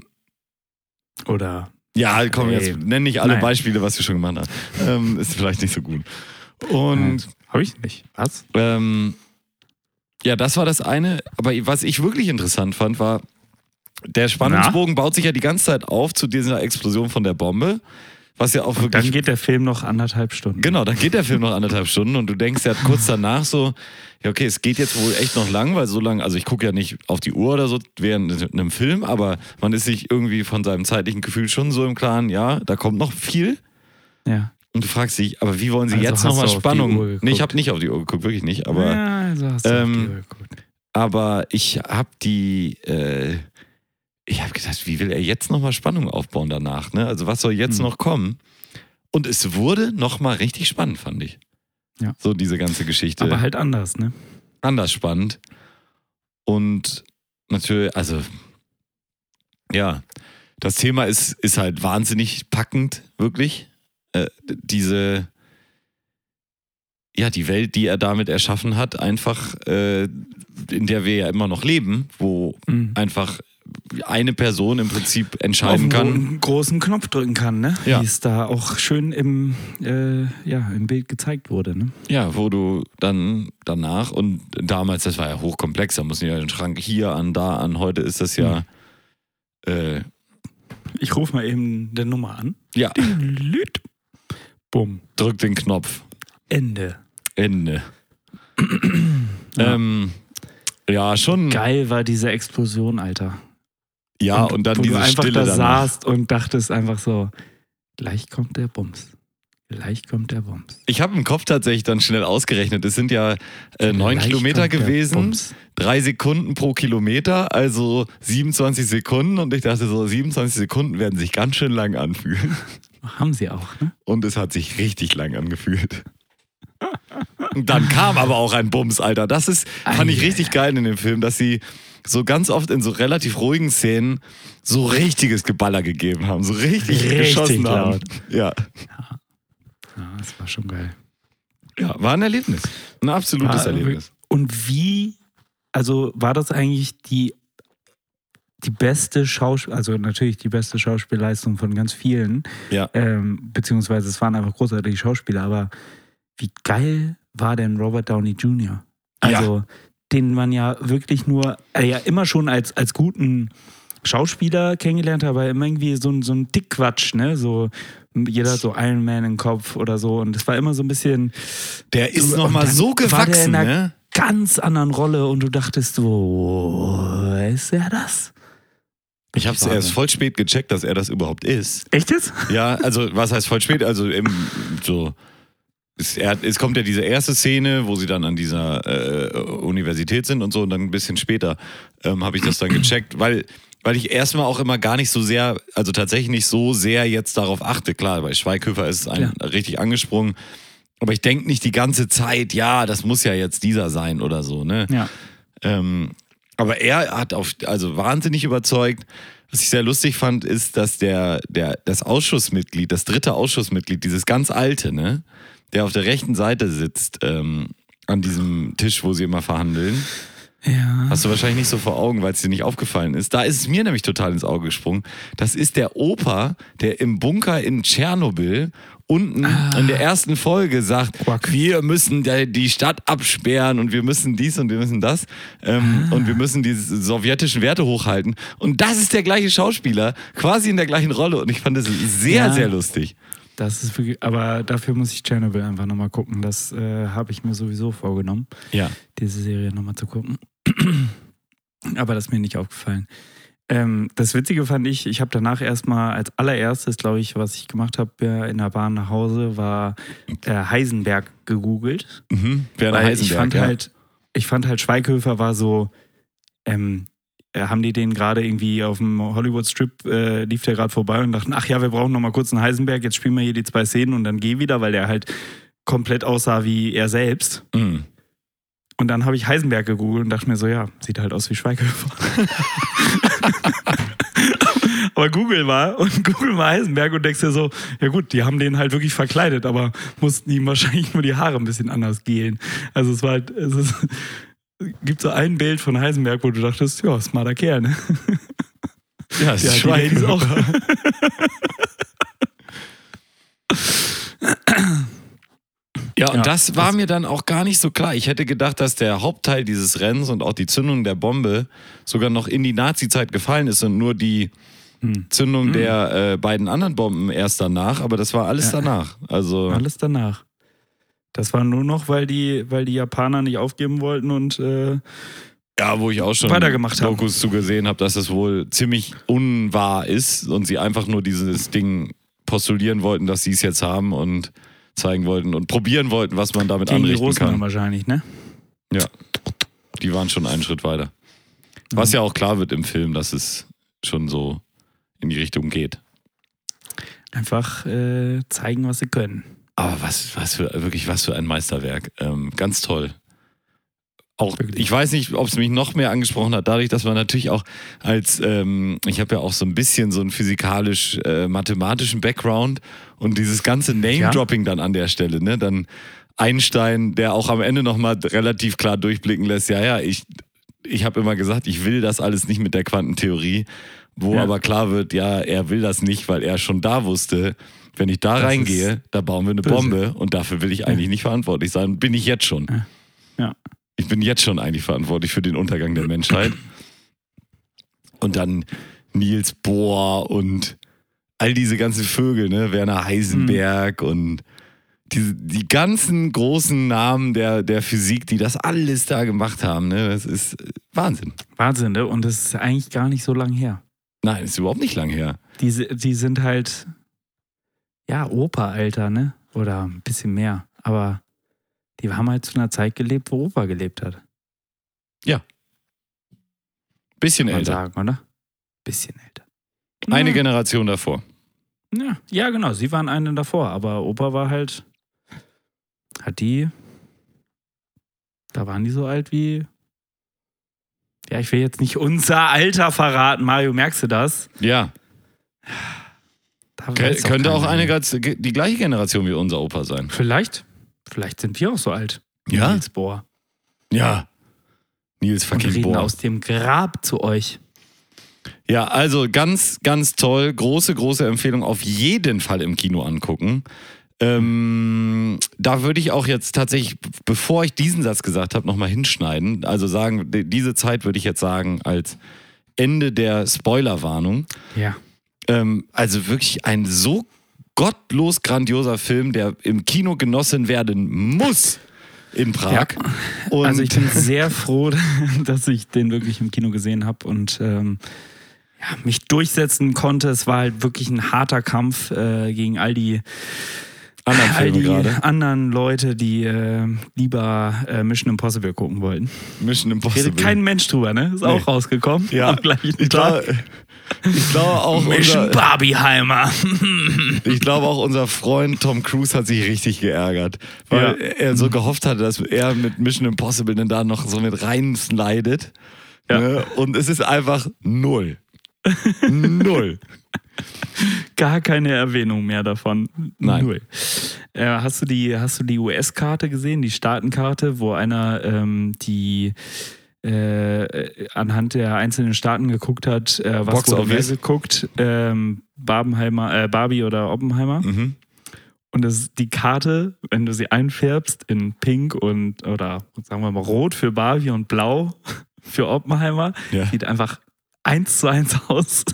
S2: Oder
S3: ja, komm,
S2: Ey.
S3: jetzt nenn nicht alle
S2: Nein.
S3: Beispiele, was wir schon gemacht haben. ähm, ist vielleicht nicht so gut. Und
S2: habe ich nicht. Was?
S3: Ähm, ja, das war das eine. Aber was ich wirklich interessant fand, war, der Spannungsbogen baut sich ja die ganze Zeit auf zu dieser Explosion von der Bombe. Was ja auch wirklich.
S2: Dann geht der Film noch anderthalb Stunden.
S3: genau, dann geht der Film noch anderthalb Stunden und du denkst ja kurz danach so, ja, okay, es geht jetzt wohl echt noch lang, weil so lang, also ich gucke ja nicht auf die Uhr oder so während einem Film, aber man ist sich irgendwie von seinem zeitlichen Gefühl schon so im Klaren, ja, da kommt noch viel.
S2: Ja.
S3: Und du fragst dich, aber wie wollen sie
S2: Also
S3: jetzt
S2: hast du
S3: nochmal
S2: auf die Uhr
S3: Spannung?
S2: geguckt?
S3: Nee, ich habe nicht auf die Uhr geguckt, wirklich nicht, aber.
S2: ja, also hast du auf die
S3: ähm,
S2: Uhr geguckt.
S3: Aber ich habe die, äh, ich habe gedacht, wie will er jetzt nochmal Spannung aufbauen danach? Ne? Also was soll jetzt
S2: Hm.
S3: noch kommen? Und es wurde nochmal richtig spannend, fand ich.
S2: Ja.
S3: So diese ganze Geschichte.
S2: Aber halt anders, ne?
S3: anders spannend. Und natürlich, also ja, das Thema ist, ist halt wahnsinnig packend, wirklich. Äh, d- diese, ja, die Welt, die er damit erschaffen hat, einfach, äh, in der wir ja immer noch leben, wo
S2: Mhm.
S3: einfach eine Person im Prinzip
S2: auf
S3: entscheiden
S2: einen
S3: kann.
S2: gro- großen Knopf drücken kann, ne?
S3: Ja.
S2: Wie es da auch schön im, äh, ja, im Bild gezeigt wurde, ne?
S3: Ja, wo du dann danach und damals, das war ja hochkomplex, da mussten ja den Schrank hier an, da an. Heute ist das ja. Äh,
S2: Ich rufe mal eben eine Nummer an.
S3: ja,
S2: Lüt. Bumm.
S3: drück den Knopf.
S2: Ende.
S3: Ende. ja. Ähm, ja, schon.
S2: Geil war diese Explosion, Alter.
S3: Ja, und dann
S2: wo
S3: diese
S2: du einfach
S3: Stille
S2: da
S3: danach.
S2: saßt und dachtest einfach so, gleich kommt der Bums. Gleich kommt der Bums.
S3: Ich habe im Kopf tatsächlich dann schnell ausgerechnet. Es sind ja äh, neun
S2: Gleich
S3: Kilometer
S2: kommt der
S3: gewesen,
S2: Bums.
S3: drei Sekunden pro Kilometer, also 27 Sekunden. Und ich dachte so, 27 Sekunden werden sich ganz schön lang anfühlen.
S2: Haben sie auch, ne?
S3: Und es hat sich richtig lang angefühlt. Und dann kam aber auch ein Bums, Alter. Das ist, fand ich richtig geil in dem Film, dass sie so ganz oft in so relativ ruhigen Szenen so richtiges Geballer gegeben haben, so richtig,
S2: Richtig
S3: geschossen haben.
S2: laut.
S3: Ja.
S2: Ja, das war schon geil.
S3: ja, war ein Erlebnis. Ein absolutes
S2: War-
S3: Erlebnis.
S2: Und wie, also war das eigentlich die, die beste Schauspiel, also natürlich die beste Schauspielleistung von ganz vielen,
S3: Ja.
S2: ähm, beziehungsweise es waren einfach großartige Schauspieler, aber wie geil war denn Robert Downey Jr.? Also, den man ja wirklich nur, äh, ja immer schon als, als guten Schauspieler kennengelernt habe, aber immer irgendwie so ein, so ein Dickquatsch, ne? So, jeder hat so Iron Man im Kopf oder so. Und es war immer so ein bisschen,
S3: Der ist
S2: Und
S3: nochmal
S2: dann
S3: so
S2: war der
S3: gewachsen,
S2: in einer
S3: ne?
S2: ganz anderen Rolle und du dachtest so, ist er das?
S3: Ich hab's
S2: Wahnsinn.
S3: erst voll spät gecheckt, dass er das überhaupt ist.
S2: Echt jetzt?
S3: Ja, also was heißt voll spät? Also im, so. Es, er, es kommt ja diese erste Szene, wo sie dann an dieser äh, Universität sind und so, und dann ein bisschen später ähm, habe ich das dann gecheckt, weil, weil ich erstmal auch immer gar nicht so sehr, also tatsächlich nicht so sehr jetzt darauf achte. Klar, bei Schweighöfer ist es ein, richtig angesprungen, aber ich denke nicht die ganze Zeit, ja, das muss ja jetzt dieser sein oder so, ne?
S2: Ja.
S3: Ähm, aber er hat auf, also wahnsinnig überzeugt. Was ich sehr lustig fand, ist, dass der, der, das Ausschussmitglied, das dritte Ausschussmitglied, dieses ganz alte, ne, der auf der rechten Seite sitzt, ähm, an diesem Tisch, wo sie immer verhandeln.
S2: Ja.
S3: Hast du wahrscheinlich nicht so vor Augen, weil es dir nicht aufgefallen ist. Da ist es mir nämlich total ins Auge gesprungen. Das ist der Opa, der im Bunker in Tschernobyl unten in der ersten Folge sagt,
S2: Quack.
S3: wir müssen da- die Stadt absperren und wir müssen dies und wir müssen das
S2: Ah.
S3: ähm, und wir müssen die sowjetischen Werte hochhalten. Und das ist der gleiche Schauspieler, quasi in der gleichen Rolle. Und ich fand das sehr,
S2: Ja.
S3: sehr lustig.
S2: Das ist wirklich, aber dafür muss ich Chernobyl einfach nochmal gucken. Das äh, habe ich mir sowieso vorgenommen,
S3: Ja.
S2: diese Serie nochmal zu gucken. aber das ist mir nicht aufgefallen. Ähm, das Witzige fand ich, ich habe danach erstmal als allererstes, glaube ich, was ich gemacht habe äh, in der Bahn nach Hause, war äh, Heisenberg gegoogelt.
S3: Mhm. Werner
S2: Weil ich
S3: Heisenberg.
S2: fand
S3: ja.
S2: halt, ich fand halt Schweighöfer war so, ähm, äh, haben die den gerade irgendwie auf dem Hollywood Strip äh, lief der gerade vorbei und dachten, ach ja, wir brauchen noch mal kurz einen Heisenberg, jetzt spielen wir hier die zwei Szenen und dann geh wieder, weil der halt komplett aussah wie er selbst.
S3: Mhm.
S2: Und dann habe ich Heisenberg gegoogelt und dachte mir so, ja, sieht halt aus wie Schweighöfer. aber Google war und Google war Heisenberg und denkst dir so, ja gut, die haben den halt wirklich verkleidet, aber mussten ihm wahrscheinlich nur die Haare ein bisschen anders gelen. Also es war halt, es ist, gibt so ein Bild von Heisenberg, wo du dachtest, ja, smarter Kerl, ne?
S3: Ja, es
S2: Ja,
S3: ist
S2: die
S3: Schwein.
S2: Ladies auch.
S3: Ja, und
S2: Ja,
S3: das war
S2: das-
S3: mir dann auch gar nicht so klar. Ich hätte gedacht, dass der Hauptteil dieses Rennens und auch die Zündung der Bombe sogar noch in die Nazi-Zeit gefallen ist und nur die
S2: Hm.
S3: Zündung der äh, beiden anderen Bomben erst danach, aber das war alles danach. Also
S2: Alles danach. Das war nur noch, weil die, weil die Japaner nicht aufgeben wollten und äh,
S3: ja, wo ich auch schon
S2: Weitergemacht haben.
S3: Dokus zugesehen habe, dass es wohl ziemlich unwahr ist und sie einfach nur dieses Ding postulieren wollten, dass sie es jetzt haben und zeigen wollten und probieren wollten, was man damit
S2: gegen die
S3: anrichten
S2: Russen
S3: kann.
S2: dann wahrscheinlich, ne?
S3: Ja. Die waren schon einen Schritt weiter.
S2: Mhm.
S3: Was ja auch klar wird im Film, dass es schon so in die Richtung geht.
S2: Einfach äh, zeigen, was sie können.
S3: Aber was, was für, wirklich, was für ein Meisterwerk. Ähm, ganz toll. Auch,
S2: Wirklich.
S3: ich weiß nicht, ob es mich noch mehr angesprochen hat, dadurch, dass man natürlich auch als, ähm, ich habe ja auch so ein bisschen so einen physikalisch-mathematischen Background und dieses ganze Name-Dropping dann an der Stelle, ne? Dann Einstein, der auch am Ende nochmal relativ klar durchblicken lässt, ja, ja, ich, ich habe immer gesagt, ich will das alles nicht mit der Quantentheorie, wo
S2: Ja.
S3: aber klar wird, ja, er will das nicht, weil er schon da wusste, wenn ich da
S2: Das
S3: reingehe, da bauen wir eine
S2: böse.
S3: Bombe und dafür will ich eigentlich nicht verantwortlich sein. Bin ich jetzt schon.
S2: Ja.
S3: Ich bin jetzt schon eigentlich verantwortlich für den Untergang der Menschheit. Und dann Niels Bohr und all diese ganzen Vögel, ne? Werner Heisenberg
S2: Hm.
S3: und die, die ganzen großen Namen der, der Physik, die das alles da gemacht haben, ne? Das ist Wahnsinn.
S2: Wahnsinn, ne? Und das ist eigentlich gar nicht so lang her.
S3: Nein, ist überhaupt nicht lang her.
S2: Die, si- die sind halt, ja, Opa-Alter, ne? Oder ein bisschen mehr. Aber die haben halt zu einer Zeit gelebt, wo Opa gelebt hat.
S3: Bisschen
S2: Kann man
S3: älter.
S2: sagen, oder? Bisschen älter.
S3: Eine
S2: Ja.
S3: Generation davor.
S2: Ja, ja, genau. Sie waren einen davor, aber Opa war halt. Hat die. Da waren die so alt wie. Ja, ich will jetzt nicht unser Alter verraten, Mario. Merkst du das?
S3: Ja.
S2: Da
S3: Ke-
S2: weiß doch
S3: Könnte auch
S2: keiner
S3: eine
S2: mehr.
S3: ganz- die gleiche Generation wie unser Opa sein.
S2: Vielleicht. Vielleicht sind wir auch so alt. wie
S3: Ja?
S2: Niels Bohr.
S3: Ja. Nils
S2: Und
S3: fucking
S2: reden
S3: Bohr.
S2: aus dem Grab zu euch.
S3: Ja, also ganz, ganz toll. Große, große Empfehlung. Auf jeden Fall im Kino angucken. Ähm, da würde ich auch jetzt tatsächlich, bevor ich diesen Satz gesagt habe, nochmal hinschneiden. Also sagen, die- diese Zeit würde ich jetzt sagen als Ende der Spoilerwarnung.
S2: Ja.
S3: Ähm, also wirklich ein so gottlos grandioser Film, der im Kino genossen werden muss in Prag. Und
S2: also ich bin sehr froh, dass ich den wirklich im Kino gesehen habe und ähm, ja, mich durchsetzen konnte. Es war halt wirklich ein harter Kampf äh, gegen all die,
S3: anderen
S2: all
S3: Filme
S2: die
S3: gerade.
S2: anderen Leute, die äh, lieber äh, Mission Impossible gucken wollten.
S3: Mission Impossible.
S2: Redet kein Mensch drüber, ne? Ist auch rausgekommen
S3: ja,
S2: am gleichen
S3: ich
S2: Tag.
S3: glaube, ich glaube auch
S2: Mission
S3: unser,
S2: Barbieheimer.
S3: Ich glaube auch unser Freund Tom Cruise hat sich richtig geärgert, weil
S2: Ja.
S3: er so gehofft hatte, dass er mit Mission Impossible denn da noch so mit reinslidet.
S2: Ja.
S3: Ne? Und es ist einfach null. null.
S2: Gar keine Erwähnung mehr davon.
S3: Nein.
S2: Null. Äh, hast du die, hast du die US-Karte gesehen, die Staatenkarte, wo einer ähm, die äh, äh, anhand der einzelnen Staaten geguckt hat, äh, was
S3: Box
S2: wurde mehr
S3: Office.
S2: geguckt, ähm, Barbenheimer, äh, Barbie oder Oppenheimer.
S3: Mhm.
S2: Und das ist die Karte, wenn du sie einfärbst in Pink und oder sagen wir mal Rot für Barbie und Blau für Oppenheimer,
S3: Ja.
S2: sieht einfach eins zu eins aus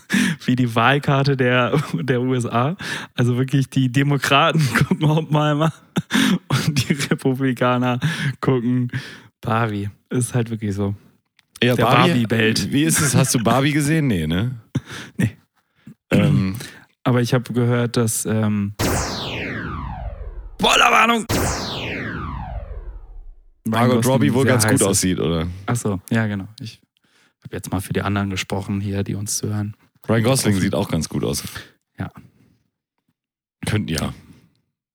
S2: wie die Wahlkarte der, der USA. Also wirklich die Demokraten gucken Oppenheimer und die Republikaner gucken Barbie. Ist halt wirklich so.
S3: Ja,
S2: Der Barbie bellt.
S3: Wie ist es? Hast du Barbie gesehen? Nee, ne?
S2: Nee.
S3: Ähm,
S2: Aber ich habe gehört, dass ähm, Spoilerwarnung!
S3: Margot Robbie wohl ganz gut
S2: aussieht.
S3: aussieht, oder?
S2: Achso, ja, genau. Ich habe jetzt mal für die anderen gesprochen hier, die uns zuhören.
S3: Ryan Gosling sieht auch ganz gut aus.
S2: Ja.
S3: Könnten ja.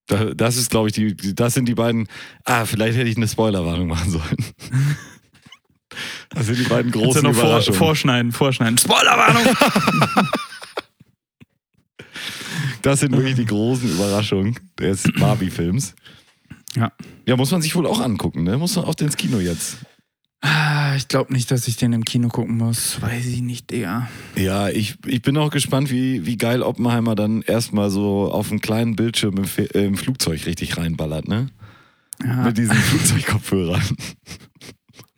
S3: Da- Das ist, glaube ich, die, die- das sind die beiden. Ah, vielleicht hätte ich eine Spoilerwarnung machen sollen. Das sind die beiden großen
S2: noch vor,
S3: Überraschungen.
S2: vorschneiden, vorschneiden. Spoilerwarnung!
S3: das sind wirklich die großen Überraschungen des Barbie-Films.
S2: Ja.
S3: Ja, muss man sich wohl auch angucken, ne? Muss man auch ins Kino jetzt.
S2: Ah, ich glaube nicht, dass ich den im Kino gucken muss. Weiß ich nicht, Digga.
S3: Ja, ich, ich bin auch gespannt, wie, wie geil Oppenheimer dann erstmal so auf einem kleinen Bildschirm im, Fe- äh, im Flugzeug richtig reinballert, ne?
S2: Ja,
S3: Mit diesen Flugzeugkopfhörern.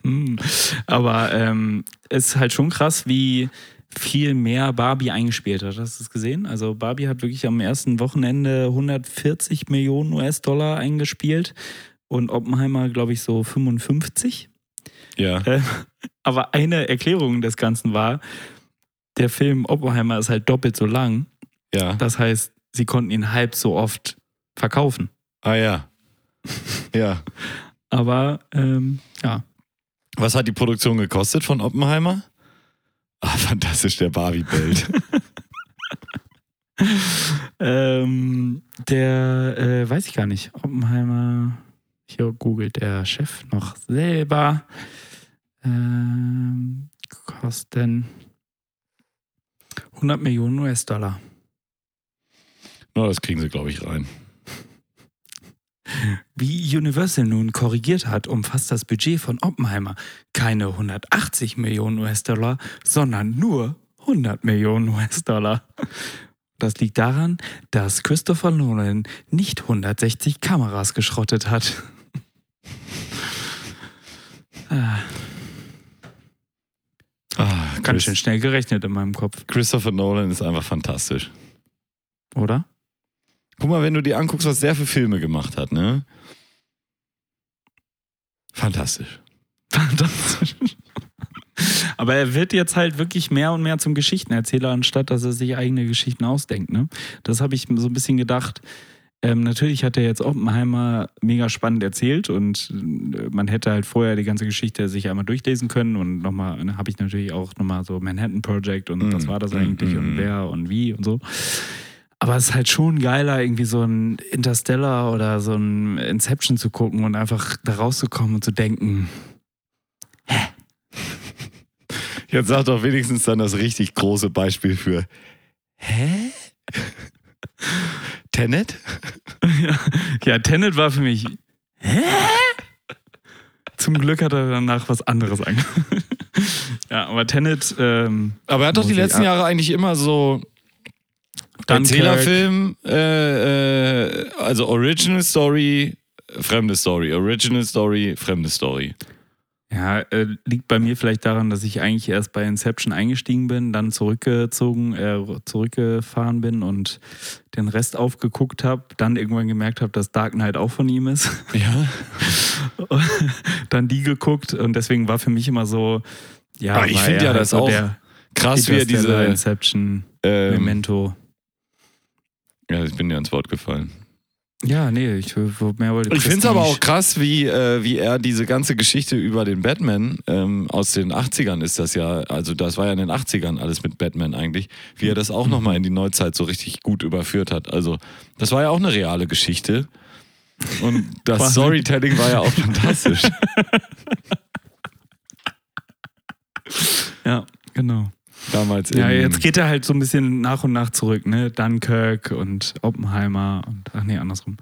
S2: hm. Aber ähm, es ist halt schon krass, wie viel mehr Barbie eingespielt hat. Hast du es gesehen? Also Barbie hat wirklich am ersten Wochenende 140 Millionen US-Dollar eingespielt und Oppenheimer, glaube ich, so 55.
S3: Ja.
S2: Äh, Aber eine Erklärung des Ganzen war, der Film Oppenheimer ist halt doppelt so lang.
S3: Ja.
S2: Das heißt, sie konnten ihn halb so oft verkaufen.
S3: Ah ja. Ja.
S2: Aber ähm, ja,
S3: Was hat die Produktion gekostet von Oppenheimer? Ah, fantastisch, der Barbie-Bild.
S2: ähm, der äh, weiß ich gar nicht. Oppenheimer, hier googelt der Chef noch selber. Ähm, kosten 100 Millionen US-Dollar.
S3: Na, das kriegen sie, glaube ich, rein.
S2: wie Universal nun korrigiert hat, umfasst das Budget von Oppenheimer keine 180 Millionen US-Dollar, sondern nur 100 Millionen US-Dollar. Das liegt daran, dass Christopher Nolan nicht 160 Kameras geschrottet hat.
S3: Ah,
S2: Ganz schön schnell gerechnet in meinem Kopf,
S3: Christopher Nolan ist einfach fantastisch.
S2: oder?
S3: Guck mal, wenn du dir anguckst, was der für Filme gemacht hat, ne? Fantastisch.
S2: Fantastisch. Aber er wird jetzt halt wirklich mehr und mehr zum Geschichtenerzähler, anstatt dass er sich eigene Geschichten ausdenkt. Ne? Das habe ich so ein bisschen gedacht. Ähm, natürlich hat er jetzt Oppenheimer mega spannend erzählt und äh, man hätte halt vorher die ganze Geschichte sich einmal durchlesen können und nochmal, dann habe ich natürlich auch nochmal so Manhattan Project und
S3: Mm,
S2: was war das
S3: mm,
S2: eigentlich
S3: mm,
S2: und
S3: mm.
S2: wer und wie und so. Aber es ist halt schon geiler, irgendwie so ein Interstellar oder so ein Inception zu gucken und einfach da rauszukommen und zu denken,
S3: Jetzt sag doch wenigstens dann das richtig große Beispiel für Hä? Tenet?
S2: Ja, Tenet war für mich. Hä? Zum Glück hat er danach was anderes angefangen. ja, aber Tenet, ähm,
S3: Aber er hat doch die
S2: Muss ich
S3: letzten
S2: ab-
S3: Jahre eigentlich immer so
S2: Dunkirk.
S3: Erzählerfilm, äh, äh, also Original Story, fremde Story, Original Story, fremde Story.
S2: ja, äh, liegt bei mir vielleicht daran, dass ich eigentlich erst bei Inception eingestiegen bin, dann zurückgezogen, äh, zurückgefahren bin und den Rest aufgeguckt habe, dann irgendwann gemerkt habe, dass Dark Knight auch von ihm ist.
S3: Ja.
S2: dann die geguckt und deswegen war für mich immer so, ja,
S3: Aber Ah, ich
S2: war
S3: find
S2: er
S3: ja
S2: halt
S3: das auch Krass, wie er
S2: Interstellar,
S3: diese.
S2: Inception,
S3: Ähm,
S2: Memento.
S3: ja, ich bin dir ins Wort gefallen.
S2: Ja, nee, ich wo- mehr wollte
S3: Ich finde es
S2: Prestige.
S3: aber auch krass, wie, äh, wie er diese ganze Geschichte über den Batman ähm, aus den 80ern ist das ja, also das war ja in den 80ern alles mit Batman eigentlich, wie er das auch nochmal in die Neuzeit so richtig gut überführt hat. Also das war ja auch eine reale Geschichte. Und das
S2: Quasi.
S3: Storytelling war ja auch fantastisch.
S2: Ja, genau.
S3: Damals in,
S2: Ja, jetzt geht er halt so ein bisschen nach und nach zurück, ne? Dunkirk und Oppenheimer und ach nee, andersrum.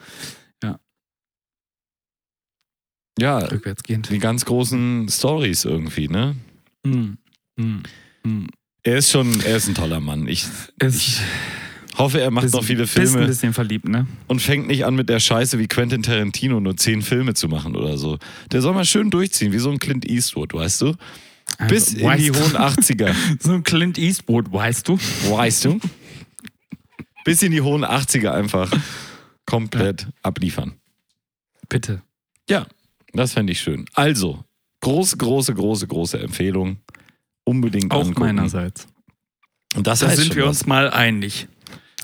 S3: ja,
S2: Rückwärts gehend.
S3: die ganz großen Stories irgendwie, ne?
S2: Mm, mm, mm.
S3: Er ist schon, er ist ein toller Mann. Ich
S2: Ist,
S3: hoffe, er macht
S2: bist-
S3: noch viele
S2: Bist ein
S3: Filme.
S2: bisschen verliebt, ne?
S3: und fängt nicht an mit der Scheiße wie Quentin Tarantino nur zehn Filme zu machen oder so. Der soll mal schön durchziehen, wie so ein Clint Eastwood, weißt du? Bis
S2: Also,
S3: in
S2: weißt
S3: die
S2: du.
S3: hohen 80er,
S2: So ein Clint Eastwood, weißt du?
S3: weißt du? Bis in die hohen 80er einfach komplett abliefern.
S2: Bitte.
S3: Ja, das fände ich schön. Also, große, große, große, große Empfehlung. Unbedingt
S2: Auch
S3: angucken.
S2: meinerseits.
S3: Und das
S2: Da
S3: heißt
S2: sind
S3: schon
S2: wir
S3: was.
S2: uns mal einig.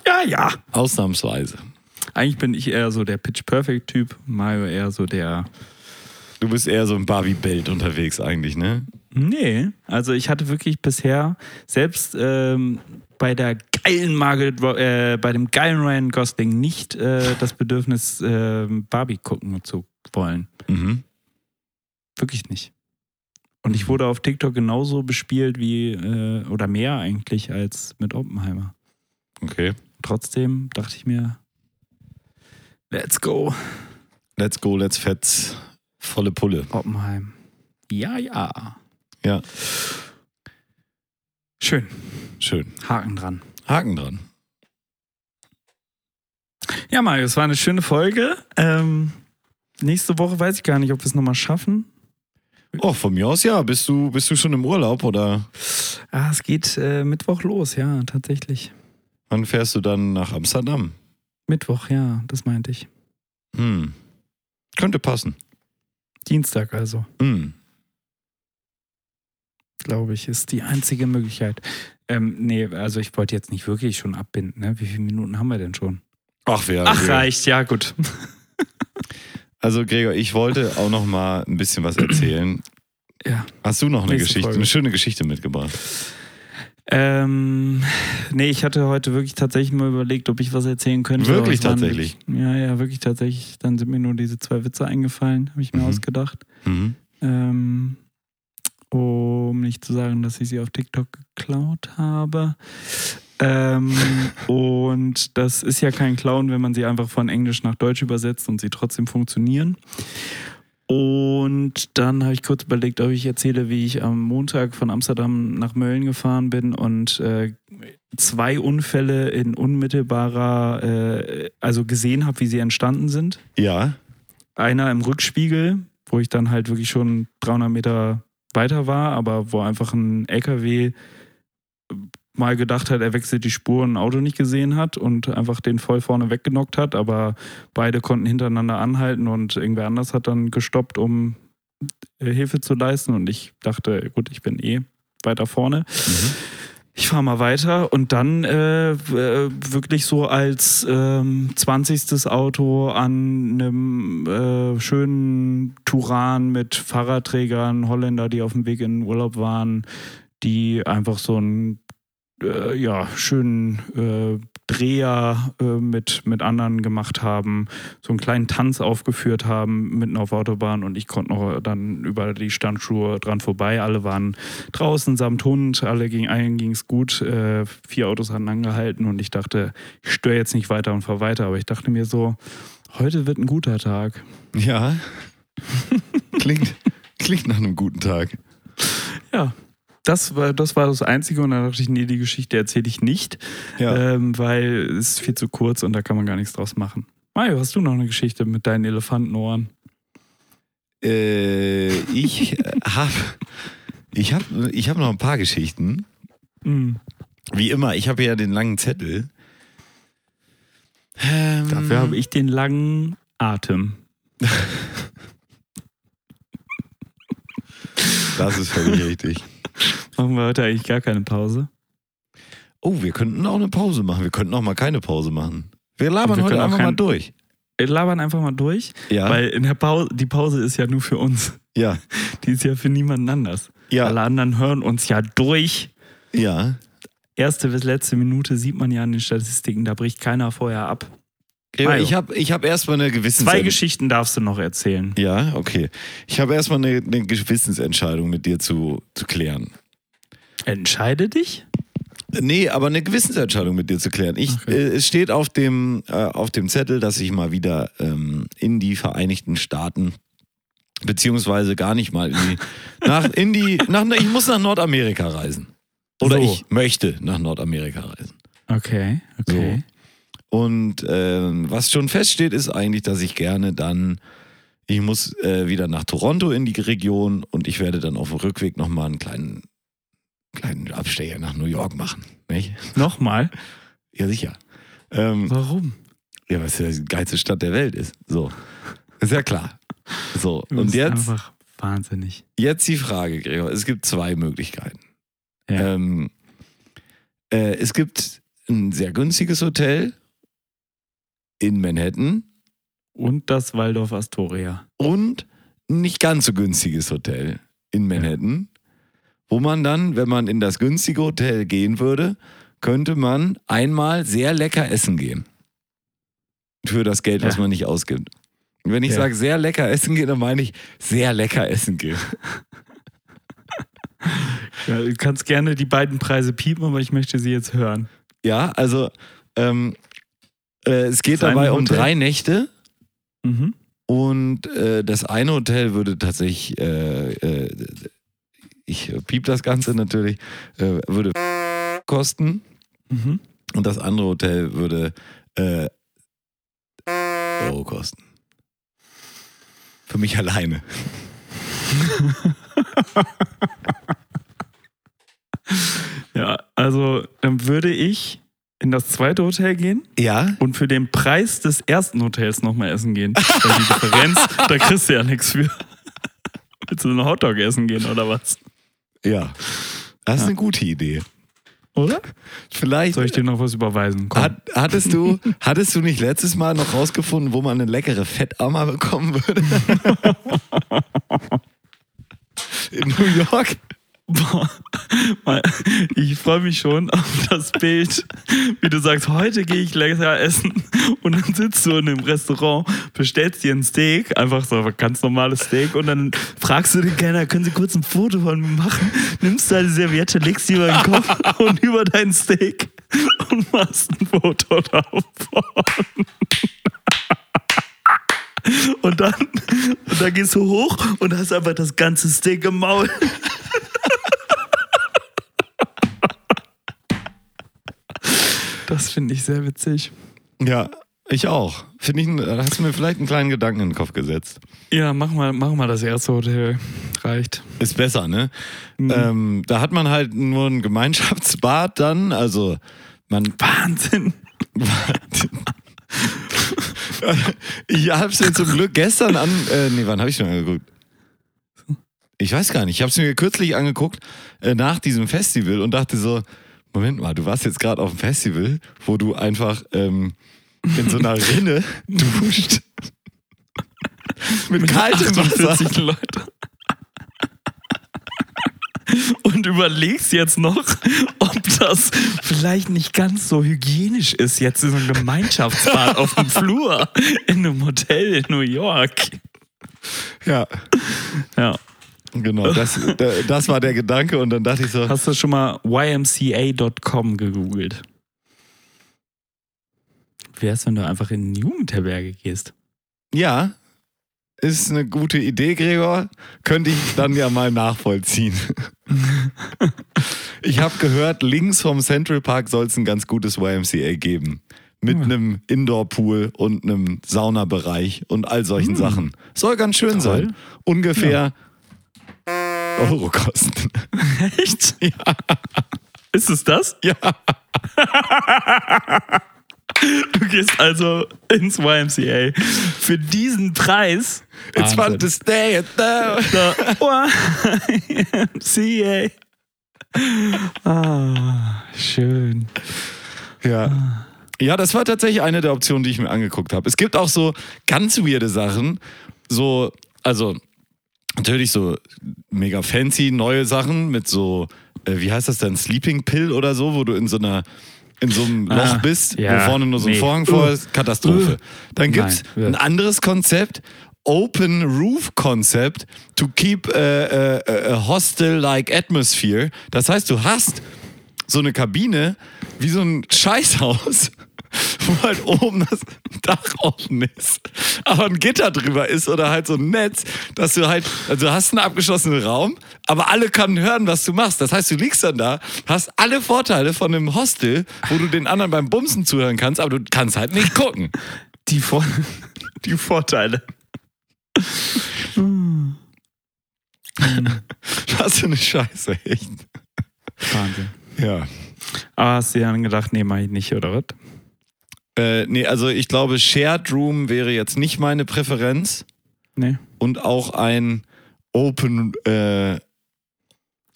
S2: Ja, ja.
S3: Ausnahmsweise.
S2: Eigentlich bin ich eher so der Pitch Perfect-Typ, Mario eher so der
S3: Du bist eher so im Barbie-Belt unterwegs eigentlich, ne?
S2: Nee, also ich hatte wirklich bisher, selbst ähm, bei der geilen Margaret, Ro- äh, bei dem geilen Ryan Gosling nicht äh, das Bedürfnis, ähm, Barbie gucken zu wollen.
S3: Mhm.
S2: Wirklich nicht. Und ich wurde auf TikTok genauso bespielt wie, äh, oder mehr eigentlich, als mit Oppenheimer.
S3: Okay.
S2: Trotzdem dachte ich mir, let's go,
S3: Let's go, let's fetz. Volle Pulle.
S2: Oppenheim. Ja, ja.
S3: Ja.
S2: Schön,
S3: Schön.
S2: Haken dran.
S3: Haken dran.
S2: Ja, Mario, es war eine schöne Folge. Ähm, nächste Woche weiß ich gar nicht, ob wir es nochmal schaffen.
S3: Oh, von mir aus ja. Bist du, bist du schon im Urlaub oder
S2: Ah, es geht äh, Mittwoch los, ja, tatsächlich.
S3: wann fährst du dann nach Amsterdam?
S2: Mittwoch, ja, das meinte ich.
S3: Hm. Könnte passen.
S2: Dienstag also,
S3: Hm.
S2: glaube ich, ist die einzige Möglichkeit. Ähm, nee, also ich wollte jetzt nicht wirklich schon abbinden, ne? Wie viele Minuten haben wir denn schon?
S3: Ach, wer.
S2: Ach, reicht, ja, gut.
S3: Also, Gregor, ich wollte auch noch mal ein bisschen was erzählen.
S2: Ja.
S3: Hast du noch eine
S2: Nächste
S3: Geschichte,
S2: Folge.
S3: eine schöne Geschichte mitgebracht?
S2: Ähm, nee, ich hatte heute wirklich tatsächlich mal überlegt, ob ich was erzählen könnte. aber
S3: Wirklich
S2: es waren
S3: tatsächlich?
S2: wirklich- Ja, ja, wirklich tatsächlich. Dann sind mir nur diese zwei Witze eingefallen, habe ich mir
S3: Mhm.
S2: ausgedacht.
S3: Mhm.
S2: Ähm, um nicht zu sagen, dass ich sie auf TikTok geklaut habe. Ähm, und das ist ja kein Clown, wenn man sie einfach von Englisch nach Deutsch übersetzt und sie trotzdem funktionieren. Und dann habe ich kurz überlegt, ob ich erzähle, wie ich am Montag von Amsterdam nach Mölln gefahren bin und äh, zwei Unfälle in unmittelbarer, äh, also gesehen habe, wie sie entstanden sind.
S3: Ja.
S2: Einer im Rückspiegel, wo ich dann halt wirklich schon 300 Meter weiter war, aber wo einfach ein LKW mal gedacht hat, er wechselt die Spur und ein Auto nicht gesehen hat und einfach den voll vorne weggenockt hat, aber beide konnten hintereinander anhalten und irgendwer anders hat dann gestoppt, um äh, Hilfe zu leisten und ich dachte, gut, ich bin eh weiter vorne. Ich fahre mal weiter und dann äh, w- äh, wirklich so als ähm, 20. Auto an einem äh, schönen Turan mit Fahrradträgern, Holländer, die auf dem Weg in den Urlaub waren, die einfach so einen äh, ja, schönen äh, Dreher äh, mit, mit anderen gemacht haben, so einen kleinen Tanz aufgeführt haben mitten auf der Autobahn und ich konnte noch dann über die Standschuhe dran vorbei. Alle waren draußen samt Hund, alle ging, allen ging es gut. Äh, vier Autos hatten angehalten und ich dachte, ich störe jetzt nicht weiter und fahr weiter. Aber ich dachte mir so, heute wird ein guter Tag.
S3: Ja. Klingt, klingt nach einem guten Tag.
S2: Ja, das war das, war das Einzige und dann dachte ich, nee, die Geschichte erzähle ich nicht,
S3: Ja.
S2: ähm, weil es ist viel zu kurz und da kann man gar nichts draus machen. Mario, hast du noch eine Geschichte mit deinen Elefantenohren?
S3: Äh, ich habe ich hab, ich hab noch ein paar Geschichten.
S2: Hm.
S3: Wie immer, ich habe ja den langen Zettel. Ähm,
S2: Dafür habe ich den langen Atem.
S3: Das ist völlig richtig.
S2: Machen wir heute eigentlich gar keine Pause.
S3: Oh, wir könnten auch eine Pause machen. Wir könnten auch mal keine Pause machen. Wir labern
S2: Wir
S3: heute
S2: können auch
S3: einfach mal
S2: kein-
S3: durch.
S2: Wir labern einfach mal durch,
S3: Ja,
S2: weil in der Pause, die Pause ist ja nur für uns.
S3: ja,
S2: Die ist ja für niemanden anders. Alle
S3: ja,
S2: anderen hören uns ja durch.
S3: ja.
S2: Erste bis letzte Minute sieht man ja an den Statistiken, da bricht keiner vorher ab.
S3: ja
S2: Mario.
S3: ich habe ich hab erstmal eine
S2: Zwei
S3: Gewissensentscheidung.
S2: Geschichten darfst du noch erzählen.
S3: Ja, okay. Ich habe erstmal eine, eine Gewissensentscheidung mit dir zu, zu klären.
S2: Entscheide dich?
S3: Nee, aber eine Gewissensentscheidung mit dir zu klären. Ich,
S2: Okay.
S3: äh, es steht auf dem, äh, auf dem Zettel, dass ich mal wieder ähm, in die Vereinigten Staaten, beziehungsweise gar nicht mal in die, nach, in die nach, ich muss nach Nordamerika reisen. Oder
S2: So.
S3: ich möchte nach Nordamerika reisen.
S2: Okay, okay.
S3: Und ähm, was schon feststeht, ist eigentlich, dass ich gerne dann, ich muss äh, wieder nach Toronto in die Region und ich werde dann auf dem Rückweg nochmal einen kleinen, kleinen Abstecher nach New York machen. Nicht?
S2: Nochmal.
S3: Ja, sicher. Ähm,
S2: Warum?
S3: ja, weil es ja die geilste Stadt der Welt ist. So. Ist ja klar. So.
S2: Du
S3: Und
S2: bist
S3: jetzt,
S2: Einfach wahnsinnig.
S3: jetzt die Frage, Gregor. Es gibt zwei Möglichkeiten.
S2: Ja.
S3: Ähm, äh, es gibt ein sehr günstiges Hotel in Manhattan.
S2: Und das Waldorf Astoria.
S3: und ein nicht ganz so günstiges Hotel in Manhattan, wo man dann, wenn man in das günstige Hotel gehen würde, könnte man einmal sehr lecker essen gehen. Für das Geld, was
S2: Ja.
S3: man nicht ausgibt. Und wenn ich
S2: Ja.
S3: sage sehr lecker essen gehen, dann meine ich sehr lecker essen gehen.
S2: Ja, du kannst gerne die beiden Preise piepen, aber ich möchte sie jetzt hören.
S3: Ja, also ähm, äh, es geht
S2: Das eine
S3: dabei um
S2: Hotel?
S3: drei Nächte.
S2: Mhm.
S3: Und äh, das eine Hotel würde tatsächlich, äh, äh, ich piep das Ganze natürlich, äh, würde kosten.
S2: Mhm.
S3: Und das andere Hotel würde äh, Euro kosten. Für mich alleine.
S2: Ja, also dann würde ich in das zweite Hotel gehen
S3: Ja?
S2: und für den Preis des ersten Hotels nochmal essen gehen. Weil die Differenz, da kriegst du ja nichts für. Willst du einen Hotdog essen gehen oder was?
S3: Ja. Das ist eine gute Idee.
S2: Oder?
S3: Vielleicht
S2: Soll ich dir noch was überweisen? Komm.
S3: hat, hattest, du, hattest du nicht letztes Mal noch rausgefunden, wo man eine leckere Fettammer bekommen würde? In New York?
S2: Boah, Mal- ich freue mich schon auf das Bild, wie du sagst, heute gehe ich lecker essen und dann sitzt du in einem Restaurant, bestellst dir ein Steak, einfach so ein ganz normales Steak und dann fragst du den Kellner, können Sie kurz ein Foto von mir machen? Nimmst deine Serviette, legst die über den Kopf und über dein Steak und machst ein Foto davon. Und dann, und dann gehst du hoch und hast einfach das ganze Steak im Maul. Das finde ich sehr witzig.
S3: Ja, ich auch. Finde ich, ein- hast du mir vielleicht einen kleinen Gedanken in den Kopf gesetzt.
S2: Ja, mach mal, mach mal das erste Hotel. Reicht.
S3: Ist besser, ne? Ähm, da hat man halt nur ein Gemeinschaftsbad dann, also man
S2: Wahnsinn.
S3: ich hab's mir zum Glück gestern an. Äh, nee, wann habe ich schon angeguckt? Ich weiß gar nicht. Ich hab's mir kürzlich angeguckt äh, nach diesem Festival und dachte so: Moment mal, du warst jetzt gerade auf dem Festival, wo du einfach ähm, in so einer Rinne duscht. Mit, kaltem Wasser.
S2: 48 Leute. Und überlegst jetzt noch, ob das vielleicht nicht ganz so hygienisch ist, jetzt in so einem Gemeinschaftsbad auf dem Flur in einem Hotel in New York.
S3: Ja,
S2: Ja.
S3: genau. Das, da- das war der Gedanke und dann dachte ich so:
S2: Hast du schon mal ymca.com gegoogelt? Wär's, wenn du einfach in eine Jugendherberge gehst?
S3: Ja, ist eine gute Idee, Gregor. Könnte ich dann ja mal nachvollziehen. Ich habe gehört, links vom Central Park soll es ein ganz gutes YMCA geben. Mit einem Indoor-Pool und einem Saunabereich und all solchen Sachen. Soll ganz schön sein. Ungefähr Euro kosten.
S2: Echt? Ja. Ist es das?
S3: Ja.
S2: Du gehst also ins YMCA für diesen Preis.
S3: It's fun to stay at the...
S2: Da, YMCA. Ah, schön.
S3: Ja. Ja, das war tatsächlich eine der Optionen, die ich mir angeguckt habe. Es gibt auch so ganz weirde Sachen, so, also natürlich so mega fancy neue Sachen mit so, äh, wie heißt das denn, Sleeping Pill oder so, wo du in so einer in so einem
S2: Ah,
S3: Loch bist,
S2: ja,
S3: wo vorne nur so ein
S2: nee.
S3: Vorhang vor
S2: Uh.
S3: ist, Katastrophe.
S2: Uh.
S3: Dann gibt's
S2: Nein.
S3: ein anderes Konzept, Open Roof Konzept to keep äh, äh, äh, a hostel-like atmosphere. Das heißt, du hast so eine Kabine wie so ein Scheißhaus, wo halt oben das Dach offen ist, aber ein Gitter drüber ist oder halt so ein Netz, dass du halt, also du hast einen abgeschlossenen Raum, aber alle können hören, was du machst. Das heißt, du liegst dann da, hast alle Vorteile von einem Hostel, wo du den anderen beim Bumsen zuhören kannst, aber du kannst halt nicht gucken.
S2: Die, Vor die Vorteile.
S3: Was für eine Scheiße, echt.
S2: Wahnsinn.
S3: Ja.
S2: Aber hast du dir dann gedacht, nee, mach ich nicht, oder was?
S3: Äh, nee, also ich glaube, Shared Room wäre jetzt nicht meine Präferenz.
S2: Nee.
S3: und auch ein Open, äh,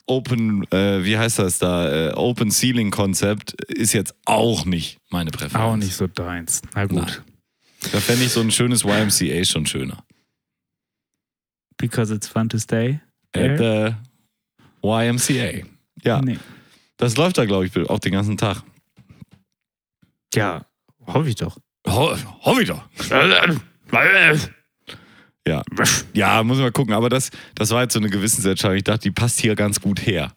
S3: Open, äh, wie heißt das da? Äh, Open Ceiling Konzept ist jetzt auch nicht meine Präferenz.
S2: Auch nicht so deins. Na gut.
S3: Nein. Da fände ich so ein schönes YMCA schon schöner.
S2: Because it's fun to stay.
S3: At the YMCA. Ja,
S2: Äh? Nee.
S3: das läuft da, glaube ich, auch den ganzen Tag.
S2: Ja, hoffe ich doch.
S3: Ho Hoffe ich doch. Ja. ja, muss mal gucken. Aber das, das war jetzt so eine Gewissensentscheidung. Ich dachte, die passt hier ganz gut her.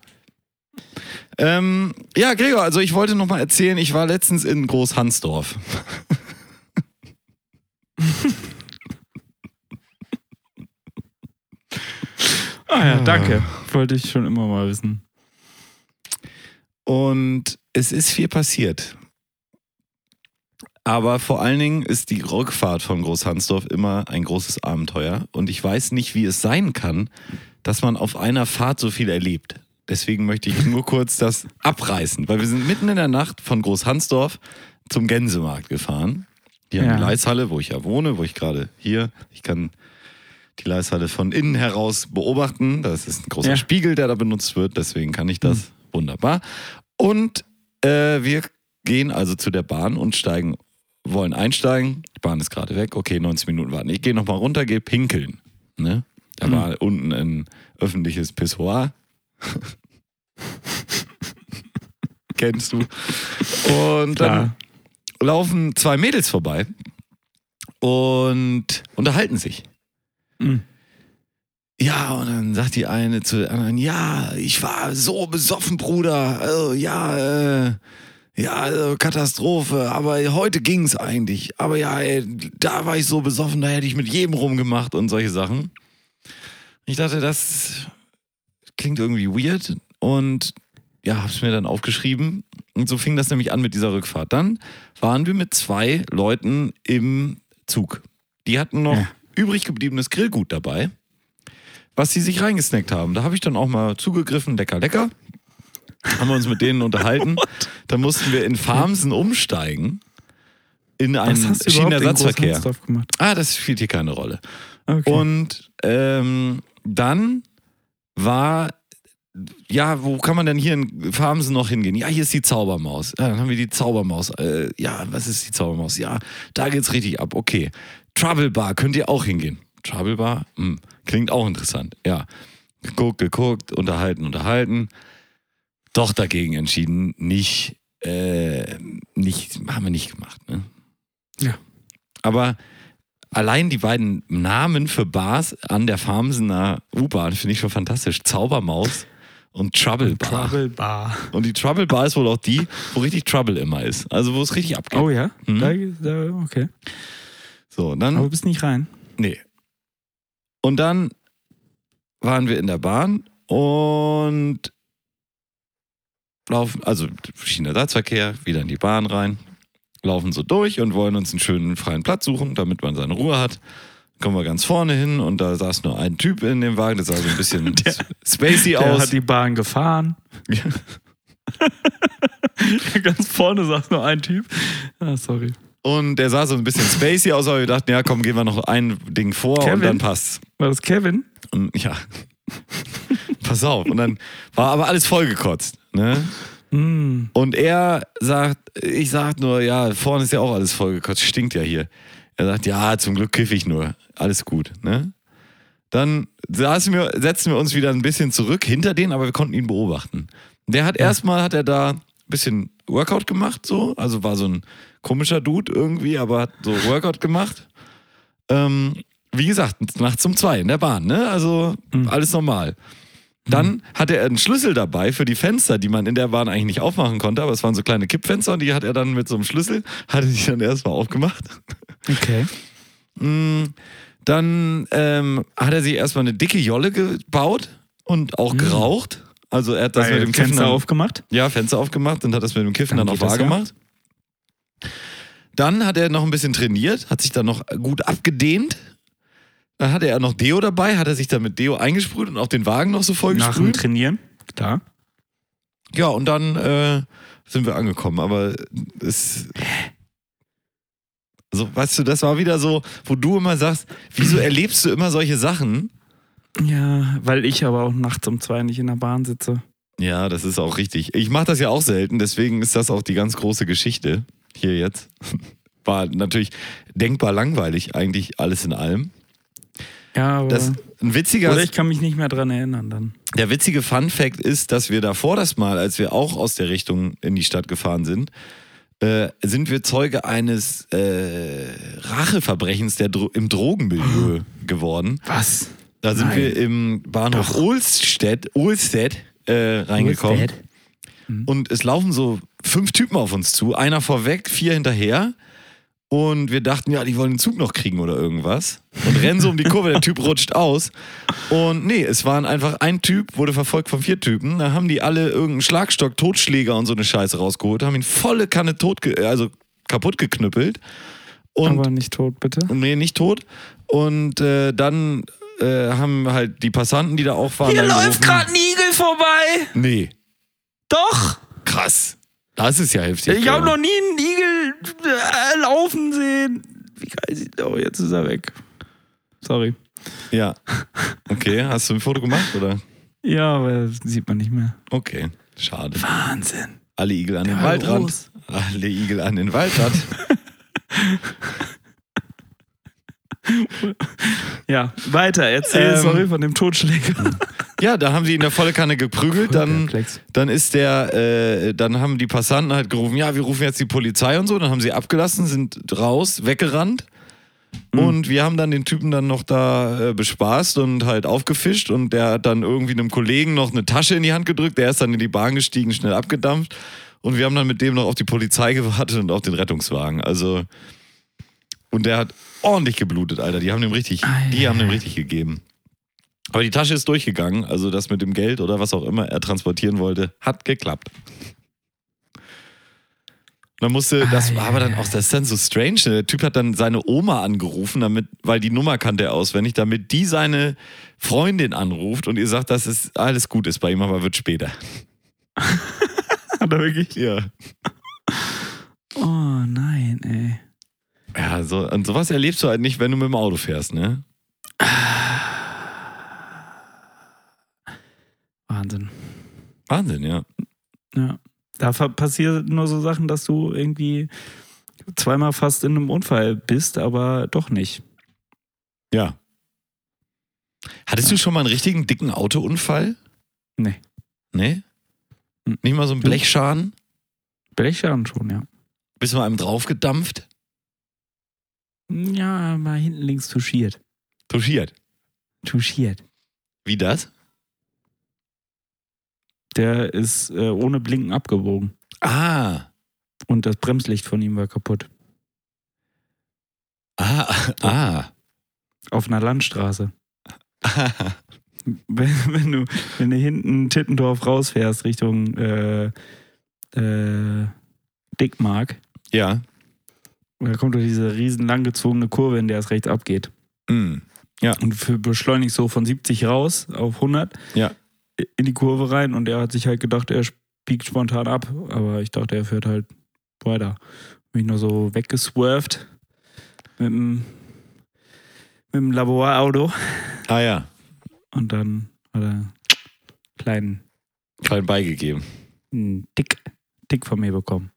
S3: Ähm, ja, Gregor, also ich wollte noch mal erzählen, ich war letztens in Großhansdorf.
S2: Ah ja, danke. Wollte ich schon immer mal wissen.
S3: Und es ist viel passiert. Aber vor allen Dingen ist die Rückfahrt von Großhansdorf immer ein großes Abenteuer. Und ich weiß nicht, wie es sein kann, dass man auf einer Fahrt so viel erlebt. Deswegen möchte ich nur kurz das abreißen, weil wir sind mitten in der Nacht von Großhansdorf zum Gänsemarkt gefahren. Hier
S2: Ja.
S3: an die Leishalle, wo ich ja wohne, wo ich gerade hier, ich kann die Leishalle von innen heraus beobachten. Das ist ein großer
S2: Ja.
S3: Spiegel, der da benutzt wird, deswegen kann ich das wunderbar. Und äh, wir gehen also zu der Bahn und steigen, wollen einsteigen. Die Bahn ist gerade weg. Okay, 90 Minuten warten. Ich gehe nochmal runter,
S2: Mhm.
S3: gehe pinkeln. Ne? Da war unten ein öffentliches Pissoir. kennst du. Und dann
S2: Klar.
S3: laufen zwei Mädels vorbei und unterhalten sich.
S2: Mhm.
S3: Ja, und dann sagt die eine zu der anderen, ja, ich war so besoffen, Bruder. Also, ja, äh, ja, also Katastrophe. Aber heute ging's eigentlich. Aber ja, ey, da war ich so besoffen, da hätte ich mit jedem rumgemacht und solche Sachen. Ich dachte, das klingt irgendwie weird und ja, hab's mir dann aufgeschrieben. Und so fing das nämlich an mit dieser Rückfahrt. Dann waren wir mit zwei Leuten im Zug. Die hatten noch
S2: Ja.
S3: übrig gebliebenes Grillgut dabei, was sie sich reingesnackt haben. Da habe ich dann auch mal zugegriffen, lecker, lecker. Haben wir uns mit denen unterhalten. Dann mussten wir in Farmsen umsteigen. In
S2: Was
S3: einen
S2: hast du überhaupt in
S3: Schienenersatzverkehr.
S2: Großhansdorf gemacht? Ah,
S3: Ah, das spielt hier keine Rolle.
S2: Okay.
S3: Und ähm, dann war, ja, wo kann man denn hier in Farmsen noch hingehen? Ja, hier ist die Zaubermaus. Ja, dann haben wir die Zaubermaus. Äh, ja, was ist die Zaubermaus? Ja, da geht's richtig ab. Okay. Trouble Bar, könnt ihr auch hingehen. Trouble Bar, hm, klingt auch interessant. Ja. Geguckt, geguckt, unterhalten, unterhalten. Doch dagegen entschieden, nicht, äh, nicht, haben wir nicht gemacht. Ne?
S2: Ja.
S3: Aber allein die beiden Namen für Bars an der Farmsener U-Bahn finde ich schon fantastisch. Zaubermaus und Trouble Bar.
S2: Trouble Bar.
S3: Und die Trouble Bar ist wohl auch die, wo richtig Trouble immer ist. Also wo es richtig abgeht.
S2: Oh ja?
S3: Mhm.
S2: Da, da, okay.
S3: So, und dann
S2: Aber du bist nicht rein.
S3: Nee. Und dann waren wir in der Bahn und laufen, also Schienenersatzverkehr, wieder in die Bahn rein, laufen so durch und wollen uns einen schönen freien Platz suchen, damit man seine Ruhe hat. Kommen wir ganz vorne hin und da saß nur ein Typ in dem Wagen, der sah so ein bisschen spacey
S2: Der
S3: aus.
S2: hat die Bahn gefahren. Ganz vorne saß nur ein Typ. Ah, sorry.
S3: Und der sah so ein bisschen spacey aus, aber wir dachten, ja komm, gehen wir noch ein Ding vor und
S2: Kevin?
S3: dann passt's.
S2: War das Kevin?
S3: Und ja. Pass auf. Und dann war aber alles vollgekotzt. Ne?
S2: Mm.
S3: Und er sagt, ich sag nur, ja, vorne ist ja auch alles vollgekotzt, stinkt ja hier. Er sagt, ja, zum Glück kiff ich nur. Alles gut, ne? Dann saßen wir, setzten wir uns wieder ein bisschen zurück hinter den, aber wir konnten ihn beobachten. Der hat erstmal hat er da ein bisschen Workout gemacht, so, also war so ein komischer Dude irgendwie, aber hat so Workout gemacht. Ähm, wie gesagt, nachts um zwei in der Bahn, ne? Also alles normal. Dann hatte er einen Schlüssel dabei für die Fenster, die man in der Bahn eigentlich nicht aufmachen konnte, aber es waren so kleine Kippfenster und die hat er dann mit so einem Schlüssel, hatte die dann erstmal aufgemacht.
S2: Okay.
S3: Mm, Dann ähm, hat er sich erstmal eine dicke Jolle gebaut und auch geraucht. Also er hat das
S2: Weil
S3: mit dem Kiffen
S2: Fenster
S3: dann-
S2: aufgemacht.
S3: ja, Fenster aufgemacht und hat das mit dem Kiffen dann,
S2: Dann
S3: auch
S2: geht das
S3: wahr
S2: ja.
S3: gemacht. Dann hat er noch ein bisschen trainiert, hat sich dann noch gut abgedehnt. Dann hatte er noch Deo dabei, hat er sich dann mit Deo eingesprüht und auch den Wagen noch so voll
S2: Nach dem
S3: gesprüht.
S2: Trainieren. Klar.
S3: Ja, und dann äh, sind wir angekommen, aber es. Also, weißt du, das war wieder so, wo du immer sagst, wieso erlebst du immer solche Sachen?
S2: Ja, weil ich aber auch nachts um zwei nicht in der Bahn sitze.
S3: Ja, das ist auch richtig. Ich mache das ja auch selten, deswegen ist das auch die ganz große Geschichte hier jetzt. War natürlich denkbar langweilig, eigentlich alles in allem.
S2: Ja, aber.
S3: Das, ein witziger,
S2: oder ich kann mich nicht mehr dran erinnern dann.
S3: der witzige Fun Fact ist, dass wir davor das Mal, als wir auch aus der Richtung in die Stadt gefahren sind, äh, sind wir Zeuge eines äh, Racheverbrechens der Dro im Drogenmilieu geworden.
S2: Was?
S3: Da sind
S2: Ah. Nein.
S3: wir im Bahnhof Ohlstedt, Ohlstedt äh, reingekommen. Und es laufen so fünf Typen auf uns zu, einer vorweg, vier hinterher. Und wir dachten, ja, die wollen den Zug noch kriegen oder irgendwas. Und rennen so um die Kurve, der Typ rutscht aus. Und nee, es waren einfach ein Typ, wurde verfolgt von vier Typen. Da haben die alle irgendeinen Schlagstock, Totschläger und so eine Scheiße rausgeholt, haben ihn volle Kanne tot, also kaputt geknüppelt. Und
S2: aber nicht tot, bitte.
S3: und nee, nicht tot. Und äh, dann äh, haben halt die Passanten, die da auch waren. dann gerufen,
S2: ein Igel vorbei.
S3: Nee,
S2: Doch.
S3: krass. Das ist ja heftig.
S2: Ich habe
S3: Ja.
S2: noch nie einen Igel äh, laufen sehen. Wie geil sieht Oh, jetzt ist er weg. Sorry.
S3: Ja. Okay, hast du ein Foto gemacht, oder?
S2: Ja, aber das sieht man nicht mehr.
S3: Okay, schade.
S2: Wahnsinn.
S3: Alle Igel an den
S2: war
S3: Waldrand.
S2: groß.
S3: Alle Igel an den Waldrand.
S2: Ja, weiter. Erzähl,
S3: Ähm,
S2: Ähm, sorry, von dem Totschläger.
S3: Ja, da haben sie ihn da volle Kanne geprügelt. Dann,
S2: Krüppelplex.
S3: dann ist der, äh, dann haben die Passanten halt gerufen, ja, wir rufen jetzt die Polizei und so. Dann haben sie abgelassen, sind raus, weggerannt. Und wir haben dann den Typen dann noch da äh, bespaßt und halt aufgefischt. Und der hat dann irgendwie einem Kollegen noch eine Tasche in die Hand gedrückt. Der ist dann in die Bahn gestiegen, schnell abgedampft. Und wir haben dann mit dem noch auf die Polizei gewartet und auf den Rettungswagen. Also, und der hat ordentlich geblutet, Alter. Die haben dem richtig, die haben dem richtig gegeben. Aber die Tasche ist durchgegangen, also das mit dem Geld oder was auch immer er transportieren wollte, hat geklappt. Dann musste, das war aber dann auch, das ist dann so strange. ne? Der Typ hat dann seine Oma angerufen, damit, weil die Nummer kannte er auswendig, damit die seine Freundin anruft und ihr sagt, dass es alles gut ist bei ihm, aber wird später.
S2: Hat er wirklich?
S3: Ja.
S2: Oh nein, ey.
S3: Ja, so, und sowas erlebst du halt nicht, wenn du mit dem Auto fährst, ne?
S2: Wahnsinn.
S3: Wahnsinn, ja.
S2: Ja. Da ver- passieren nur so Sachen, dass du irgendwie zweimal fast in einem Unfall bist, aber doch nicht.
S3: Ja. Hattest du schon mal einen richtigen dicken Autounfall?
S2: Nee.
S3: Nee?
S2: Hm.
S3: Nicht mal so ein Blechschaden?
S2: Blechschaden schon, ja.
S3: Bist du mal einem draufgedampft?
S2: Ja, mal hinten links touchiert.
S3: Touchiert.
S2: Touchiert.
S3: Wie das?
S2: Der ist äh, ohne Blinken abgebogen.
S3: Ah.
S2: Und das Bremslicht von ihm war kaputt.
S3: Ah. Ah.
S2: Auf einer Landstraße.
S3: ah.
S2: Wenn, wenn, du, wenn du hinten Tittendorf rausfährst Richtung äh, äh, Dickmark,
S3: Ja.
S2: da kommt doch diese riesen langgezogene Kurve, in der es rechts abgeht.
S3: Hm.
S2: und für beschleunigt so von 70 raus auf 100
S3: Ja.
S2: in die Kurve rein und er hat sich halt gedacht, er biegt spontan ab, aber ich dachte, er fährt halt weiter. Bin ich nur so weggeswerft mit dem, mit dem Laborauto
S3: Ah ja.
S2: und dann hat er einen kleinen
S3: Klein beigegeben.
S2: einen Dick, Dick von mir bekommen.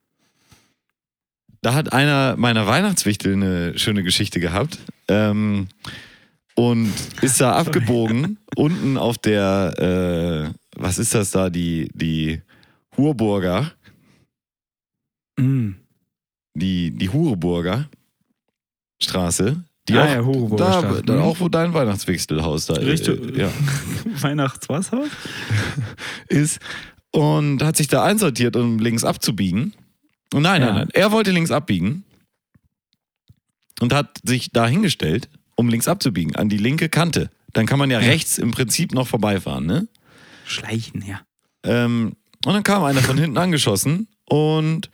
S3: Da hat einer meiner Weihnachtswichtel eine schöne Geschichte gehabt. Ähm, und ist da abgebogen, unten auf der, äh, was ist das da, die, die Hurburger,
S2: Mm.
S3: die, die Hureburger Straße. Die
S2: Ah
S3: auch,
S2: ja, Hureburger
S3: da,
S2: Straße.
S3: Da
S2: Mhm.
S3: auch, wo dein Weihnachtswichtelhaus da
S2: Richtig.
S3: Äh, ja,
S2: Weihnachtswasser?
S3: ist. Und hat sich da einsortiert, um links abzubiegen. Und nein,
S2: Ja.
S3: nein, nein. Er wollte links abbiegen. Und hat sich da hingestellt, um links abzubiegen, an die linke Kante. Dann kann man ja,
S2: Ja.
S3: rechts im Prinzip noch vorbeifahren, ne?
S2: Schleichen, ja.
S3: Ähm, und dann kam einer von hinten angeschossen und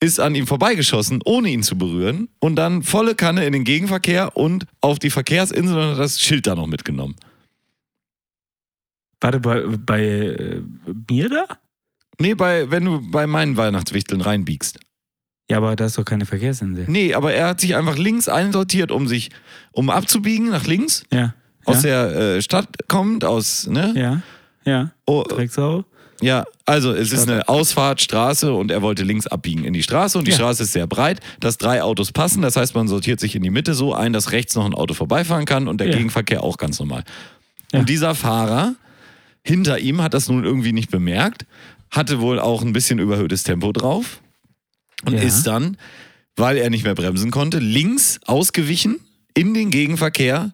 S3: ist an ihm vorbeigeschossen, ohne ihn zu berühren. Und dann volle Kanne in den Gegenverkehr und auf die Verkehrsinsel und hat das Schild da noch mitgenommen.
S2: Warte, bei, bei äh, mir da?
S3: Nee, bei, wenn du bei meinen Weihnachtswichteln reinbiegst.
S2: Ja, aber da ist doch keine Verkehrsinsel.
S3: Nee, aber er hat sich einfach links einsortiert, um sich, um abzubiegen nach links,
S2: Ja.
S3: aus
S2: ja.
S3: der äh, Stadt kommt, aus, ne?
S2: ja. Ja.
S3: Oh,
S2: Drecksau.
S3: Ja, also es ist eine Ausfahrtstraße und er wollte links abbiegen in die Straße und die
S2: Ja.
S3: Straße ist sehr breit, dass drei Autos passen, das heißt man sortiert sich in die Mitte so ein, dass rechts noch ein Auto vorbeifahren kann und der
S2: Ja.
S3: Gegenverkehr auch ganz normal.
S2: Ja.
S3: Und dieser Fahrer hinter ihm hat das nun irgendwie nicht bemerkt, hatte wohl auch ein bisschen überhöhtes Tempo drauf und
S2: Ja.
S3: ist dann, weil er nicht mehr bremsen konnte, links ausgewichen in den Gegenverkehr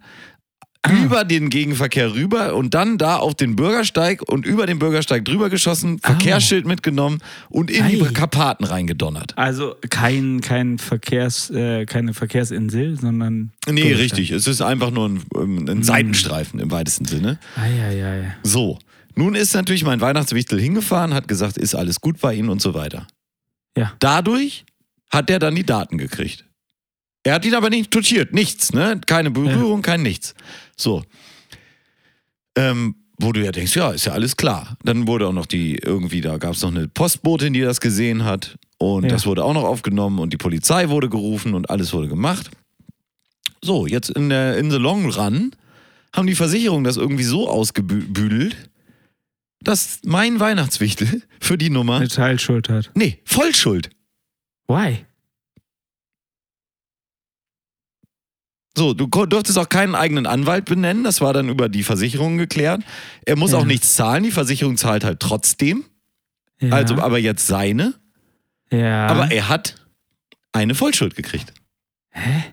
S3: über den Gegenverkehr rüber und dann da auf den Bürgersteig und über den Bürgersteig drüber geschossen, Verkehrsschild mitgenommen und in die
S2: Ei.
S3: Karpaten reingedonnert.
S2: Also kein, kein Verkehrs, äh, keine Verkehrsinsel, sondern.
S3: Nee, richtig. Es ist einfach nur ein, ähm, ein Seitenstreifen im weitesten Sinne.
S2: Eieiei.
S3: So. Nun ist natürlich mein Weihnachtswichtel hingefahren, hat gesagt, ist alles gut bei Ihnen und so weiter.
S2: Ja.
S3: Dadurch hat der dann die Daten gekriegt. Er hat ihn aber nicht touchiert, nichts, ne? Keine Berührung, kein nichts. So. Ähm, wo du ja denkst, ja, ist ja alles klar. Dann wurde auch noch die, irgendwie, da gab es noch eine Postbotin, die das gesehen hat. Und
S2: Ja.
S3: das wurde auch noch aufgenommen und die Polizei wurde gerufen und alles wurde gemacht. So, jetzt in der in the long run haben die Versicherung das irgendwie so ausgebüdelt, dass mein Weihnachtswichtel für die Nummer.
S2: Eine Teilschuld hat.
S3: Nee, Vollschuld.
S2: Why?
S3: So, du ko- durftest auch keinen eigenen Anwalt benennen, das war dann über die Versicherung geklärt. Er muss
S2: Ja.
S3: auch nichts zahlen, die Versicherung zahlt halt trotzdem.
S2: Ja.
S3: Also, aber jetzt seine.
S2: ja.
S3: Aber er hat eine Vollschuld gekriegt.
S2: Hä?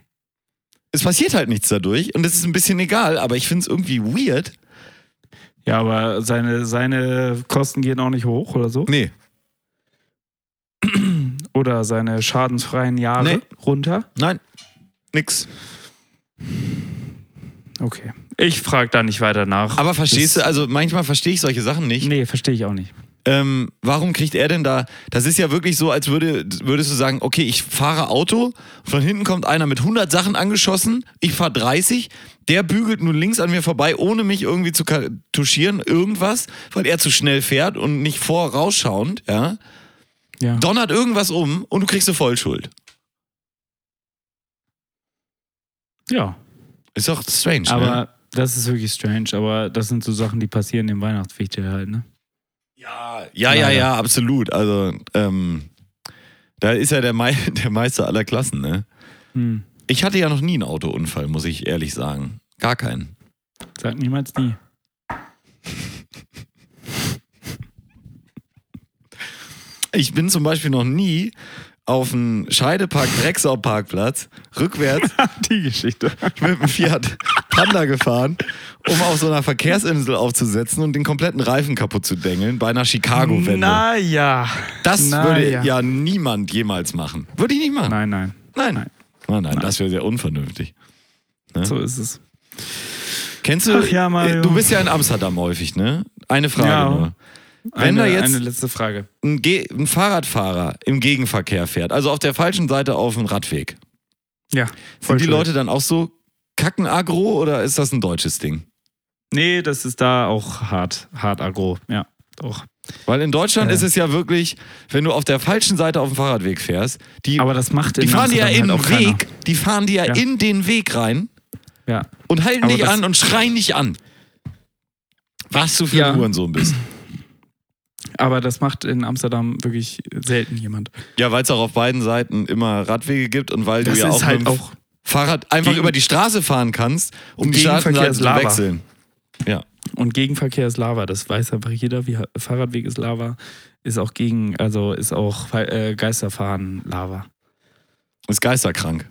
S3: Es passiert halt nichts dadurch und es ist ein bisschen egal, aber ich finde es irgendwie weird.
S2: ja, aber seine, seine Kosten gehen auch nicht hoch oder so.
S3: Nee,
S2: Oder seine schadensfreien Jahre
S3: Nee.
S2: runter.
S3: nein, nix.
S2: Okay. Ich frage da nicht weiter nach.
S3: Aber verstehst
S2: Das-
S3: du, also manchmal verstehe ich solche Sachen nicht.
S2: Nee, verstehe ich auch nicht.
S3: Ähm, warum kriegt er denn da? Das ist ja wirklich so, als würde, würdest du sagen, okay, ich fahre Auto, von hinten kommt einer mit 100 Sachen angeschossen, ich fahre 30, der bügelt nun links an mir vorbei, ohne mich irgendwie zu ka- touchieren, irgendwas, weil er zu schnell fährt und nicht vorausschauend, ja,
S2: Ja.
S3: donnert irgendwas um und du kriegst eine Vollschuld.
S2: Ja.
S3: Ist doch strange,
S2: Aber
S3: ne?
S2: das ist wirklich strange. Aber das sind so Sachen, die passieren im Weihnachtsfichte halt, ne?
S3: Ja, ja, ja, ja, absolut. Also, ähm, da ist ja der, Mei der Meister aller Klassen, ne?
S2: Hm.
S3: Ich hatte ja noch nie einen Autounfall, muss ich ehrlich sagen. Gar keinen.
S2: Sag niemals nie.
S3: Ich bin zum Beispiel noch nie auf dem Scheidepark Drecksau Parkplatz rückwärts
S2: Die Geschichte.
S3: mit dem Fiat Panda gefahren, um auf so einer Verkehrsinsel aufzusetzen und den kompletten Reifen kaputt zu dengeln bei einer Chicago-Wende.
S2: Naja.
S3: Das
S2: Na
S3: würde
S2: ja.
S3: ja. niemand jemals machen. Würde ich nicht machen.
S2: Nein, nein.
S3: nein. nein. Nein, das wäre sehr unvernünftig. Ne?
S2: So ist es.
S3: Kennst du, äh,
S2: Ach ja, Mario.
S3: du bist ja in Amsterdam häufig, ne? Eine Frage
S2: Ja.
S3: nur. Wenn
S2: eine,
S3: da jetzt
S2: eine letzte Frage.
S3: ein, Ge ein Fahrradfahrer im Gegenverkehr fährt, also auf der falschen Seite auf dem Radweg,
S2: Ja.
S3: sind die
S2: schön.
S3: Leute dann auch so kacken agro oder ist das ein deutsches Ding?
S2: Nee, das ist da auch hart, hart aggro. Ja, doch.
S3: Weil in Deutschland
S2: Äh.
S3: ist es ja wirklich, wenn du auf der falschen Seite auf dem Fahrradweg fährst, die,
S2: Aber das macht
S3: die
S2: in
S3: fahren dir ja in
S2: Amsterdam
S3: den
S2: halt auch keiner.
S3: Weg, die fahren dir ja,
S2: Ja.
S3: in den Weg rein
S2: Ja.
S3: und halten
S2: Aber
S3: dich
S2: das-
S3: an und schreien dich an. Was du für
S2: Ja.
S3: ein Hurensohn bist.
S2: Aber das macht in Amsterdam wirklich selten jemand.
S3: Ja, weil es auch auf beiden Seiten immer Radwege gibt und weil
S2: Das
S3: du ja
S2: ist
S3: auch
S2: halt
S3: mit dem
S2: auch
S3: Fahrrad einfach
S2: Gegen-
S3: über die Straße fahren kannst, um
S2: Und
S3: die
S2: Gegenverkehr
S3: Straßenseite
S2: ist
S3: zu
S2: Lava.
S3: wechseln.
S2: Und Gegenverkehr ist Lava, das weiß einfach jeder. Wie Fahrradweg ist Lava, ist auch gegen, also ist auch äh, Geisterfahren Lava.
S3: Ist geisterkrank.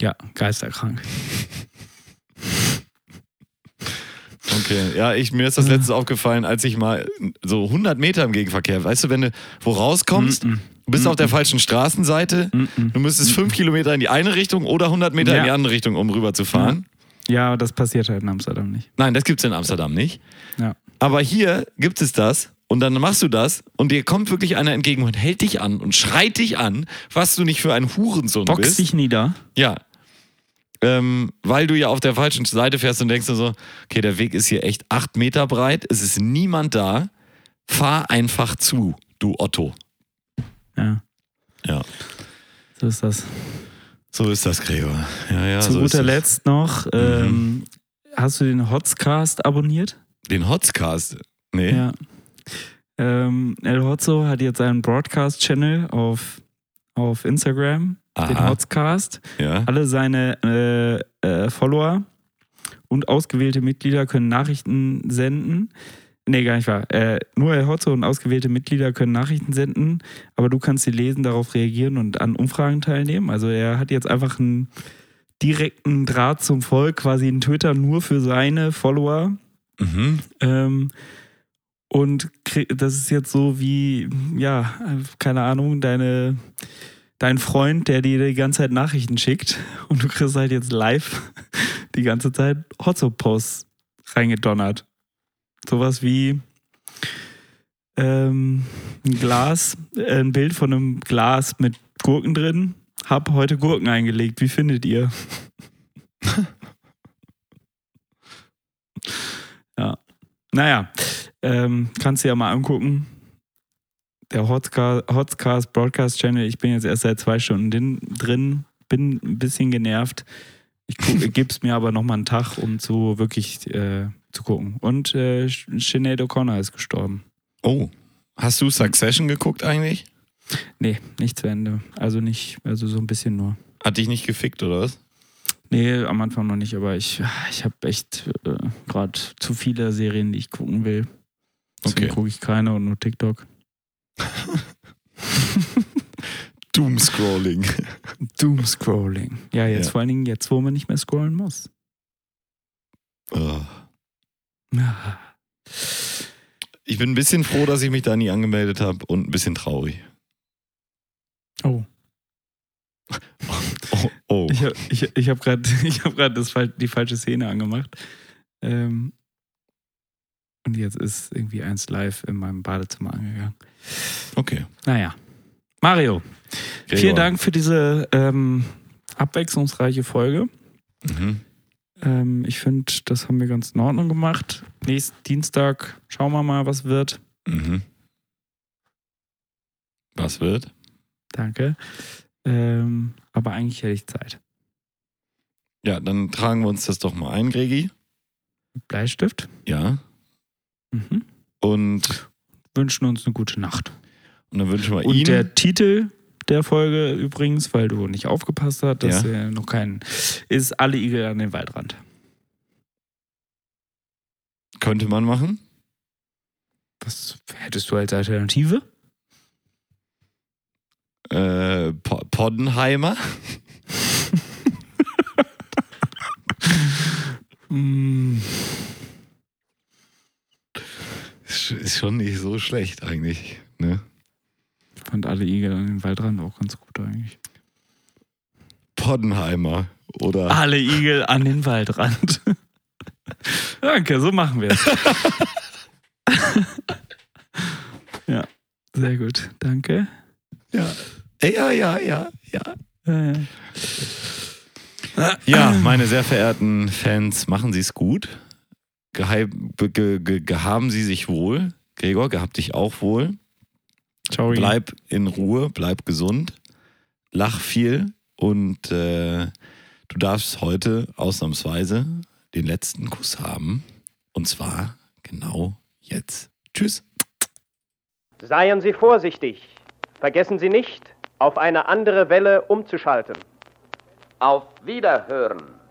S2: Ja, geisterkrank.
S3: Okay, ja, ich, mir ist das letztes aufgefallen, als ich mal so 100 Meter im Gegenverkehr, weißt du, wenn du wo rauskommst, du bist auf der falschen Straßenseite, du müsstest 5 Kilometer in die eine Richtung oder 100 Meter in
S2: Ja.
S3: die andere Richtung, um rüber zu fahren.
S2: Ja, das passiert halt in Amsterdam nicht.
S3: Nein, das gibt's in Amsterdam nicht.
S2: Ja.
S3: Aber hier gibt es das und dann machst du das und dir kommt wirklich einer entgegen und hält dich an und schreit dich an, was du nicht für ein Hurensohn
S2: Box
S3: bist.
S2: dich nieder.
S3: Ja. Ähm, weil du ja auf der falschen Seite fährst und denkst dir so, okay, der Weg ist hier echt acht Meter breit, es ist niemand da, fahr einfach zu, du Otto.
S2: Ja,
S3: Ja,
S2: so ist das.
S3: so ist das, Gregor. Ja, ja,
S2: Zu
S3: so ist Mhm.
S2: guter
S3: das.
S2: Letzt noch, ähm, hast du den Hotzcast abonniert?
S3: Den Hotzcast. Nee.
S2: Ja. Ähm, El Hotzo hat jetzt einen Broadcast-Channel auf, auf Instagram, den
S3: Aha,
S2: Hotzcast.
S3: ja.
S2: Alle seine äh, äh, Follower und ausgewählte Mitglieder können Nachrichten senden. Nee, gar nicht wahr. Äh, nur El Hotzo und ausgewählte Mitglieder können Nachrichten senden, aber du kannst sie lesen, darauf reagieren und an Umfragen teilnehmen. Also er hat jetzt einfach einen direkten Draht zum Volk, quasi einen Twitter nur für seine Follower.
S3: Mhm.
S2: Ähm, und krie- das ist jetzt so wie, ja, äh, keine Ahnung, deine, dein Freund, der dir die ganze Zeit Nachrichten schickt und du kriegst halt jetzt live die ganze Zeit Hotzo-Posts reingedonnert. Sowas wie ähm, ein Glas, äh, ein Bild von einem Glas mit Gurken drin. Hab heute Gurken eingelegt. Wie findet ihr? Naja, ähm, kannst du ja mal angucken. Der Hotcast, Hotcast Broadcast Channel. Ich bin jetzt erst seit zwei Stunden din, drin, bin ein bisschen genervt. Ich guck- geb's mir aber nochmal einen Tag, um zu wirklich äh, zu gucken. Und äh, Sh- Sinead O'Connor ist gestorben.
S3: Oh, hast du Succession geguckt eigentlich?
S2: Nee, nicht zu Ende. Also nicht, also so ein bisschen nur.
S3: Hat dich nicht gefickt, oder was?
S2: Nee, am Anfang noch nicht, aber ich, ich habe echt äh, gerade zu viele Serien, die ich gucken will. Deswegen
S3: Okay.
S2: gucke ich keine und nur TikTok.
S3: Doomscrolling.
S2: Doomscrolling. Ja, jetzt
S3: Ja.
S2: vor allen Dingen jetzt, wo man nicht mehr scrollen muss.
S3: Ah.
S2: Ah.
S3: Ich bin ein bisschen froh, dass ich mich da nie angemeldet habe und ein bisschen traurig.
S2: Oh.
S3: Oh, oh.
S2: Ich, hab- ich, ich habe gerade hab grad das fal- die falsche Szene angemacht. Ähm, und jetzt ist irgendwie eins live in meinem Badezimmer angegangen.
S3: Okay.
S2: Naja. Mario,
S3: Gregor.
S2: vielen Dank für diese ähm, abwechslungsreiche Folge.
S3: Mhm.
S2: Ähm, ich finde, das haben wir ganz in Ordnung gemacht. Nächsten Dienstag schauen wir mal, was wird.
S3: Mhm. Was wird?
S2: Danke. Ähm, aber eigentlich hätte ich Zeit.
S3: Ja, dann tragen wir uns das doch mal ein, Gregi.
S2: Bleistift.
S3: Ja.
S2: Mhm.
S3: Und,
S2: Wünschen uns eine gute Nacht.
S3: und dann wünschen wir
S2: Und
S3: Ihnen.
S2: der Titel der Folge übrigens, weil du nicht aufgepasst hast, dass
S3: Ja.
S2: er noch keinen ist, alle Igel an den Waldrand.
S3: könnte man machen.
S2: Was hättest du als Alternative?
S3: Äh, Po- Poddenheimer. Mm. Ist sch- Ist schon nicht so schlecht eigentlich. Ne?
S2: Ich fand alle Igel an den Waldrand auch ganz gut eigentlich.
S3: Poddenheimer. Oder.
S2: Alle Igel an den Waldrand. Danke, so machen wir es. ja, sehr gut. Danke.
S3: Ja. Ja, ja, ja, ja.
S2: Äh,
S3: Ja, meine sehr verehrten Fans, machen Sie es gut. Geheim, be- ge, ge, gehaben Sie sich wohl. Gregor, gehabt dich auch wohl.
S2: ciao, Igel.
S3: Bleib in Ruhe, bleib gesund, lach viel und äh, du darfst heute ausnahmsweise den letzten Kuss haben. Und zwar genau jetzt. Tschüss.
S6: Seien Sie vorsichtig. Vergessen Sie nicht, auf eine andere Welle umzuschalten.
S7: Auf Wiederhören.